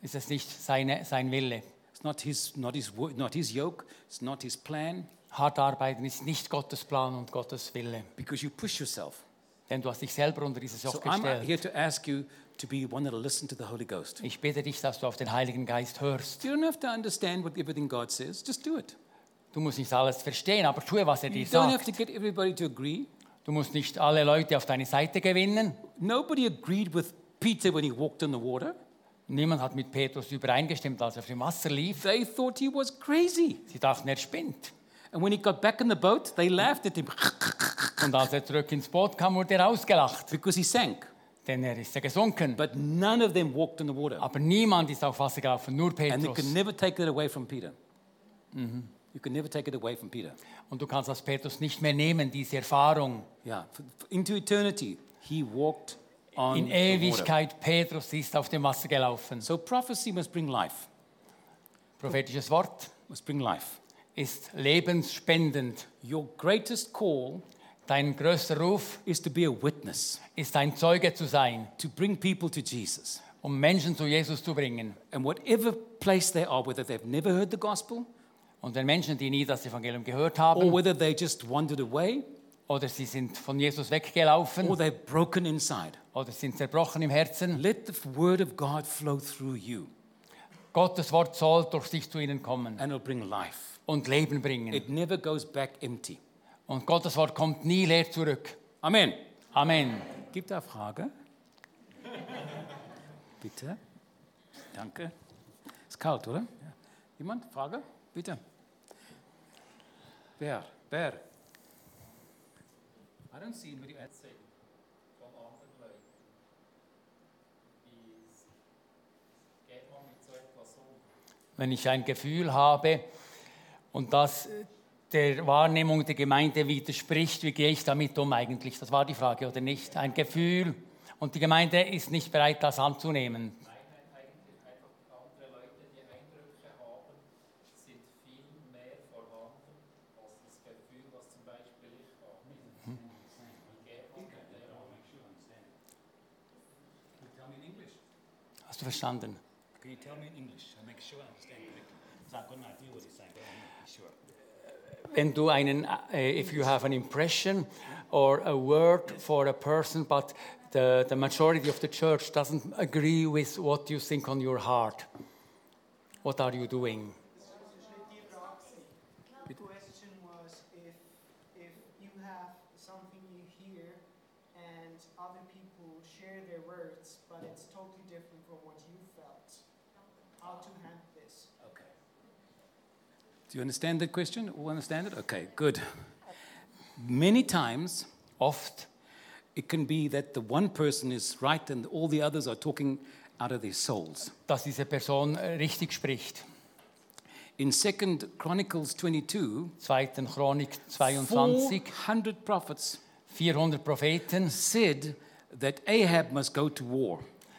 ist es nicht seine, sein Wille. It's not His, not His, wo- not His yoke. It's not His plan Hart arbeiten ist nicht Gottes Plan und Gottes Wille. because you push yourself. Denn du hast dich selber unter dieses Joch So I'm gestellt. here to ask you to be one that'll listen to the Holy Ghost. Ich bitte dich, dass du auf den Heiligen Geist hörst. You don't have to understand what everything God says. Just do it. Du musst nicht alles verstehen, aber tue, was er You dir don't have sagt. to get everybody to agree. Du musst nicht alle Leute auf deine Seite gewinnen. Nobody agreed with Peter when he walked on the water. Niemand hat mit Petrus übereingestimmt, als er auf dem Wasser lief. They thought he was crazy. Sie dachten, er spinnt. And when he got back in the boat, they laughed at him Und als er zurück ins Boot kam, wurde er ausgelacht, because he sank. denn er ist ja gesunken. But none of them walked on the water. Aber niemand ist auf Wasser gelaufen, nur And you can Petrus. never take that away from Peter. Mm-hmm. You can never take it away from Peter. Und du kannst das Petrus nicht mehr nehmen, diese Erfahrung. Yeah. F- f- Into eternity, he walked on In the water. Ewigkeit, Petrus ist auf dem Wasser gelaufen. So prophecy must bring life, Prophetisches Wort must bring life. ist lebensspendend. Your greatest call Dein größter Ruf is to be a witness, ist ein Zeuge zu sein, to bring people to Jesus. um Menschen zu Jesus zu bringen. And whatever place they are, whether they've never heard the gospel Und wenn Menschen, die nie das Evangelium gehört or haben whether they just wandered away oder sie sind von Jesus weggelaufen or they've broken inside, oder sind zerbrochen im Herzen, let the word of God flow through you Gottes Wort soll durch dich zu ihnen kommen and it'll bring life. und Leben bringen. It never goes back empty. Und Gottes Wort kommt nie leer zurück. Amen. Amen. Gibt da Frage? Bitte. Danke. Ist kalt, oder? Ja. Jemand? Frage? Bitte. Wer? Wer? I don't see anybody. Wenn ich ein Gefühl habe und das der Wahrnehmung der Gemeinde widerspricht, wie gehe ich damit um eigentlich? Das war die Frage, oder nicht? Ein Gefühl und die Gemeinde ist nicht bereit, das anzunehmen. Hast du verstanden? Can you tell me in English? I make sure I understand correctly. Because I've got an idea what he's saying, but I'm not sure. Wenn du einen, äh, if you have an impression or a word for a person, but the, the majority of the church doesn't agree with what you think on your heart, what are you doing? The question was if if you have something you hear and other people share their words, but it's totally different from what you felt, how to handle this? Do you understand that question? All understand it? Okay, good. Many times, Oft it can be that the one person is right and all the others are talking out of their souls. dass diese Person äh, richtig spricht. In 2 Chronicles 22, 2. Chronik 22, 400 prophets 400 Propheten said that Ahab must go to war.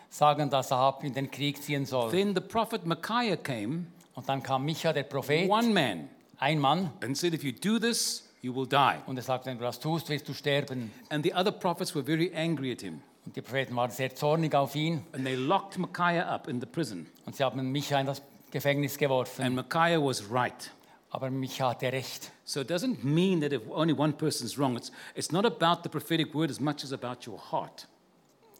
sagen, dass Ahab in den Krieg ziehen soll. Then the prophet Micaiah came, Und dann kam Micha, der Prophet, one man, ein Mann, and said, If you do this, you will die. und er sagt, wenn du das tust, wirst du sterben. And the other prophets were very angry at him, Und die Propheten waren sehr zornig auf ihn and they locked Micaiah up in the prison. und sie haben Micha in das Gefängnis geworfen. And Micaiah was right. Aber Micha hatte recht. So it doesn't mean that if only one person's wrong, it's, it's not about the prophetic word as much as about your heart.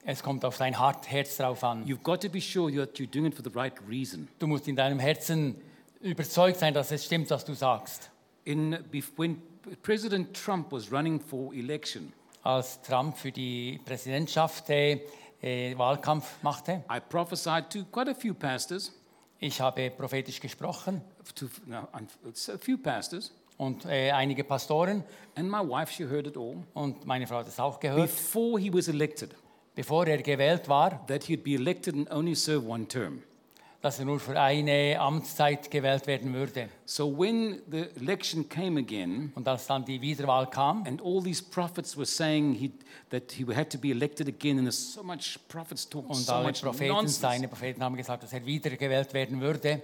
Es kommt auf dein Hart- Herz drauf an. You've got to be sure that you're doing it for the right reason. Du musst in deinem Herzen überzeugt sein, dass es stimmt, was du sagst. In, bef- when President Trump was running for election, Als Trump für die Präsidentschaft äh, äh, Wahlkampf machte, I prophesied to quite a few pastors, ich habe prophetisch gesprochen to no, un- it's a few pastors, und äh, einige Pastoren and my wife, she heard it all, und meine Frau hat es auch gehört, before he was elected, bevor er gewählt war, that he'd be elected and only serve one term. dass er nur für eine Amtszeit gewählt werden würde. So when the election came again, Und als dann die Wiederwahl kam and all these prophets were saying he, that he had to be elected again, and there's so much prophets talking und so alle much Propheten, nonsense. seine Propheten haben gesagt, dass er wiedergewählt werden würde,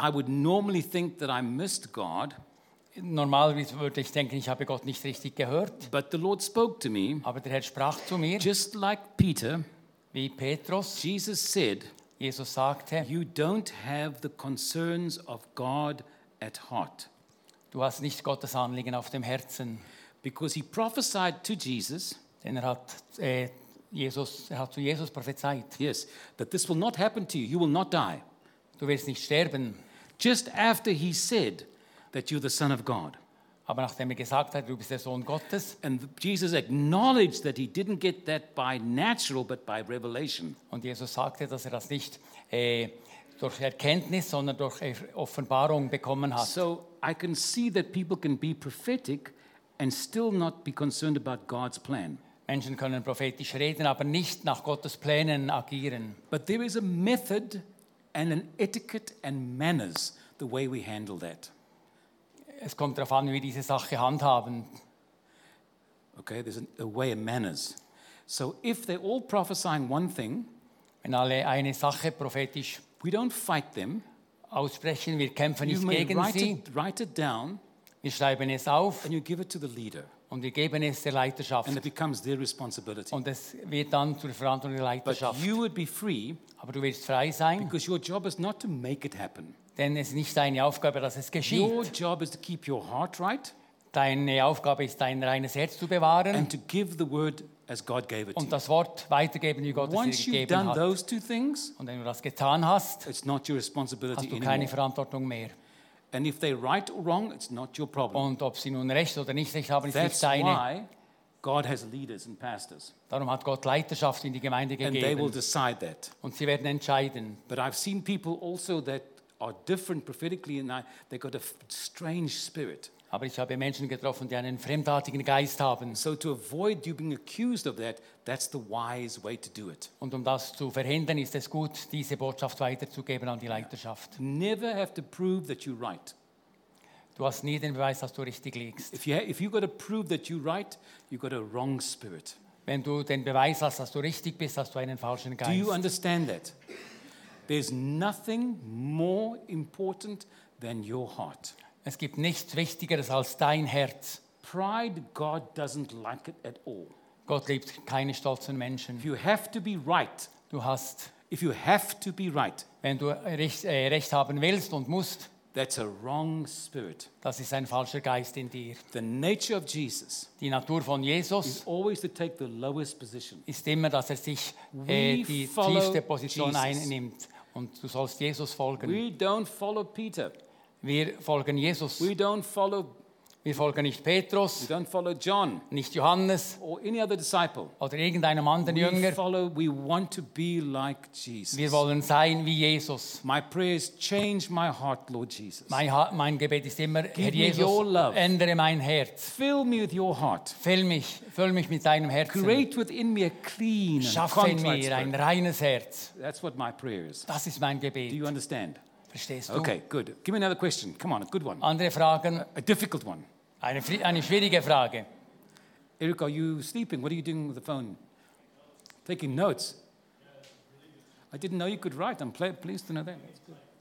I would normally think that I missed God, Normalerweise würde ich denken, ich habe Gott nicht richtig gehört, but the Lord spoke to me. aber der Herr sprach zu mir, Just like Peter, wie Petrus, Jesus said, Jesus sagte, You don't have the concerns of God at heart. du hast nicht Gottes Anliegen auf dem Herzen. Because he prophesied to Jesus, Denn er hat, äh, Jesus, er hat zu Jesus prophezeit, yes, that this will not happen to you, you will not die. du wirst nicht sterben. Just after he said that you're the Son of God. Aber nachdem er gesagt hat, du bist der Sohn Gottes, And Jesus acknowledged that he didn't get that by natural, but by revelation. und Jesus sagte, dass er das nicht äh, durch Erkenntnis, sondern durch Er- Offenbarung bekommen hat. So I can see that people can be prophetic and still not be concerned about God's plan. Menschen können prophetisch reden, aber nicht nach Gottes Plänen agieren. But there is a method and an etiquette and manners the way we handle that. Es kommt darauf an, wie wir diese Sache handhaben. Okay, there's an, a way of manners. So if they're all prophesying one thing, Wenn alle eine Sache prophetisch we don't fight them. aussprechen, wir kämpfen You nicht may gegen write sie, it, write it down wir schreiben es auf and you give it to the leader, und wir geben es der Leiterschaft. and it becomes their responsibility. Und es wird dann zur Verantwortung der But Leiterschaft. you would be free Aber du wirst frei sein, because your job is not to make it happen. denn es ist nicht deine Aufgabe, dass es Your geschieht. job is to keep your heart right Deine Aufgabe ist, dein reines Herz zu bewahren and to give the word as God gave it to und you. das Wort weitergeben, wie Gott es Once dir you've gegeben done hat. those two things, Und wenn du das getan hast, it's not your responsibility hast du anymore. keine Verantwortung mehr. And if they're right or wrong, it's not your problem. Und ob sie nun recht oder nicht recht haben, ist nicht That's deine. why God has leaders and pastors, Darum hat Gott Leiterschaft in die Gemeinde and they will gegeben. decide that. Und sie werden entscheiden. But I've seen people also that are different prophetically, and I, they've got a f- strange spirit. Aber ich habe Menschen getroffen, die einen fremdartigen Geist haben. So to avoid you being accused of that, that's the wise way to do it. Und um das zu verhindern, ist es gut, diese Botschaft weiterzugeben an die Leiterschaft. Never have to prove that you're right. Du hast nie den Beweis, dass du richtig liegst. If you ha- if you've got to prove that you're right, you've got a wrong spirit. Wenn du den Beweis hast, dass du richtig bist, hast du einen falschen Do you Geist. understand that? There's nothing more important than your heart. Es gibt nichts Wichtigeres als dein Herz. Pride, God doesn't like it at all. Gott liebt keine stolzen If Menschen. you have to be right, Du hast, if you have to be right, wenn du recht, äh, recht haben willst und musst, that's a wrong spirit. das ist ein falscher Geist in dir. The nature of Jesus Die Natur von is Jesus always to take the lowest position. ist immer, dass er sich We äh, die follow tiefste Position Jesus. einnimmt. Und du sollst Jesus folgen. We don't follow Peter. Wir folgen Jesus. We don't follow Wir folgen nicht we Petrus, don't follow John nicht Johannes or any other disciple. oder irgendeinem anderen We Jünger. follow we want to be like Jesus. Wir wollen sein wie Jesus. My prayers change my heart, Lord Jesus. Mein, Ha- mein Gebet ist immer, me Herr your Jesus, love. ändere mein Herz. Fill me with your heart. Füll mich, füll mich mit deinem Herzen. Create within me a clean and Schaffe in contrite mir ein spirit. reines Herz. That's what my prayer is. Das ist mein Do you Gebet. understand? Verstehst du? Okay, good. Give me another question. Come on, a good one. Andere Fragen? A difficult one. Eine, fri- eine schwierige Frage. Eric, are you sleeping? What are you doing with the phone? Taking notes. I didn't know you could write. I'm pla- pleased to know that. That's good.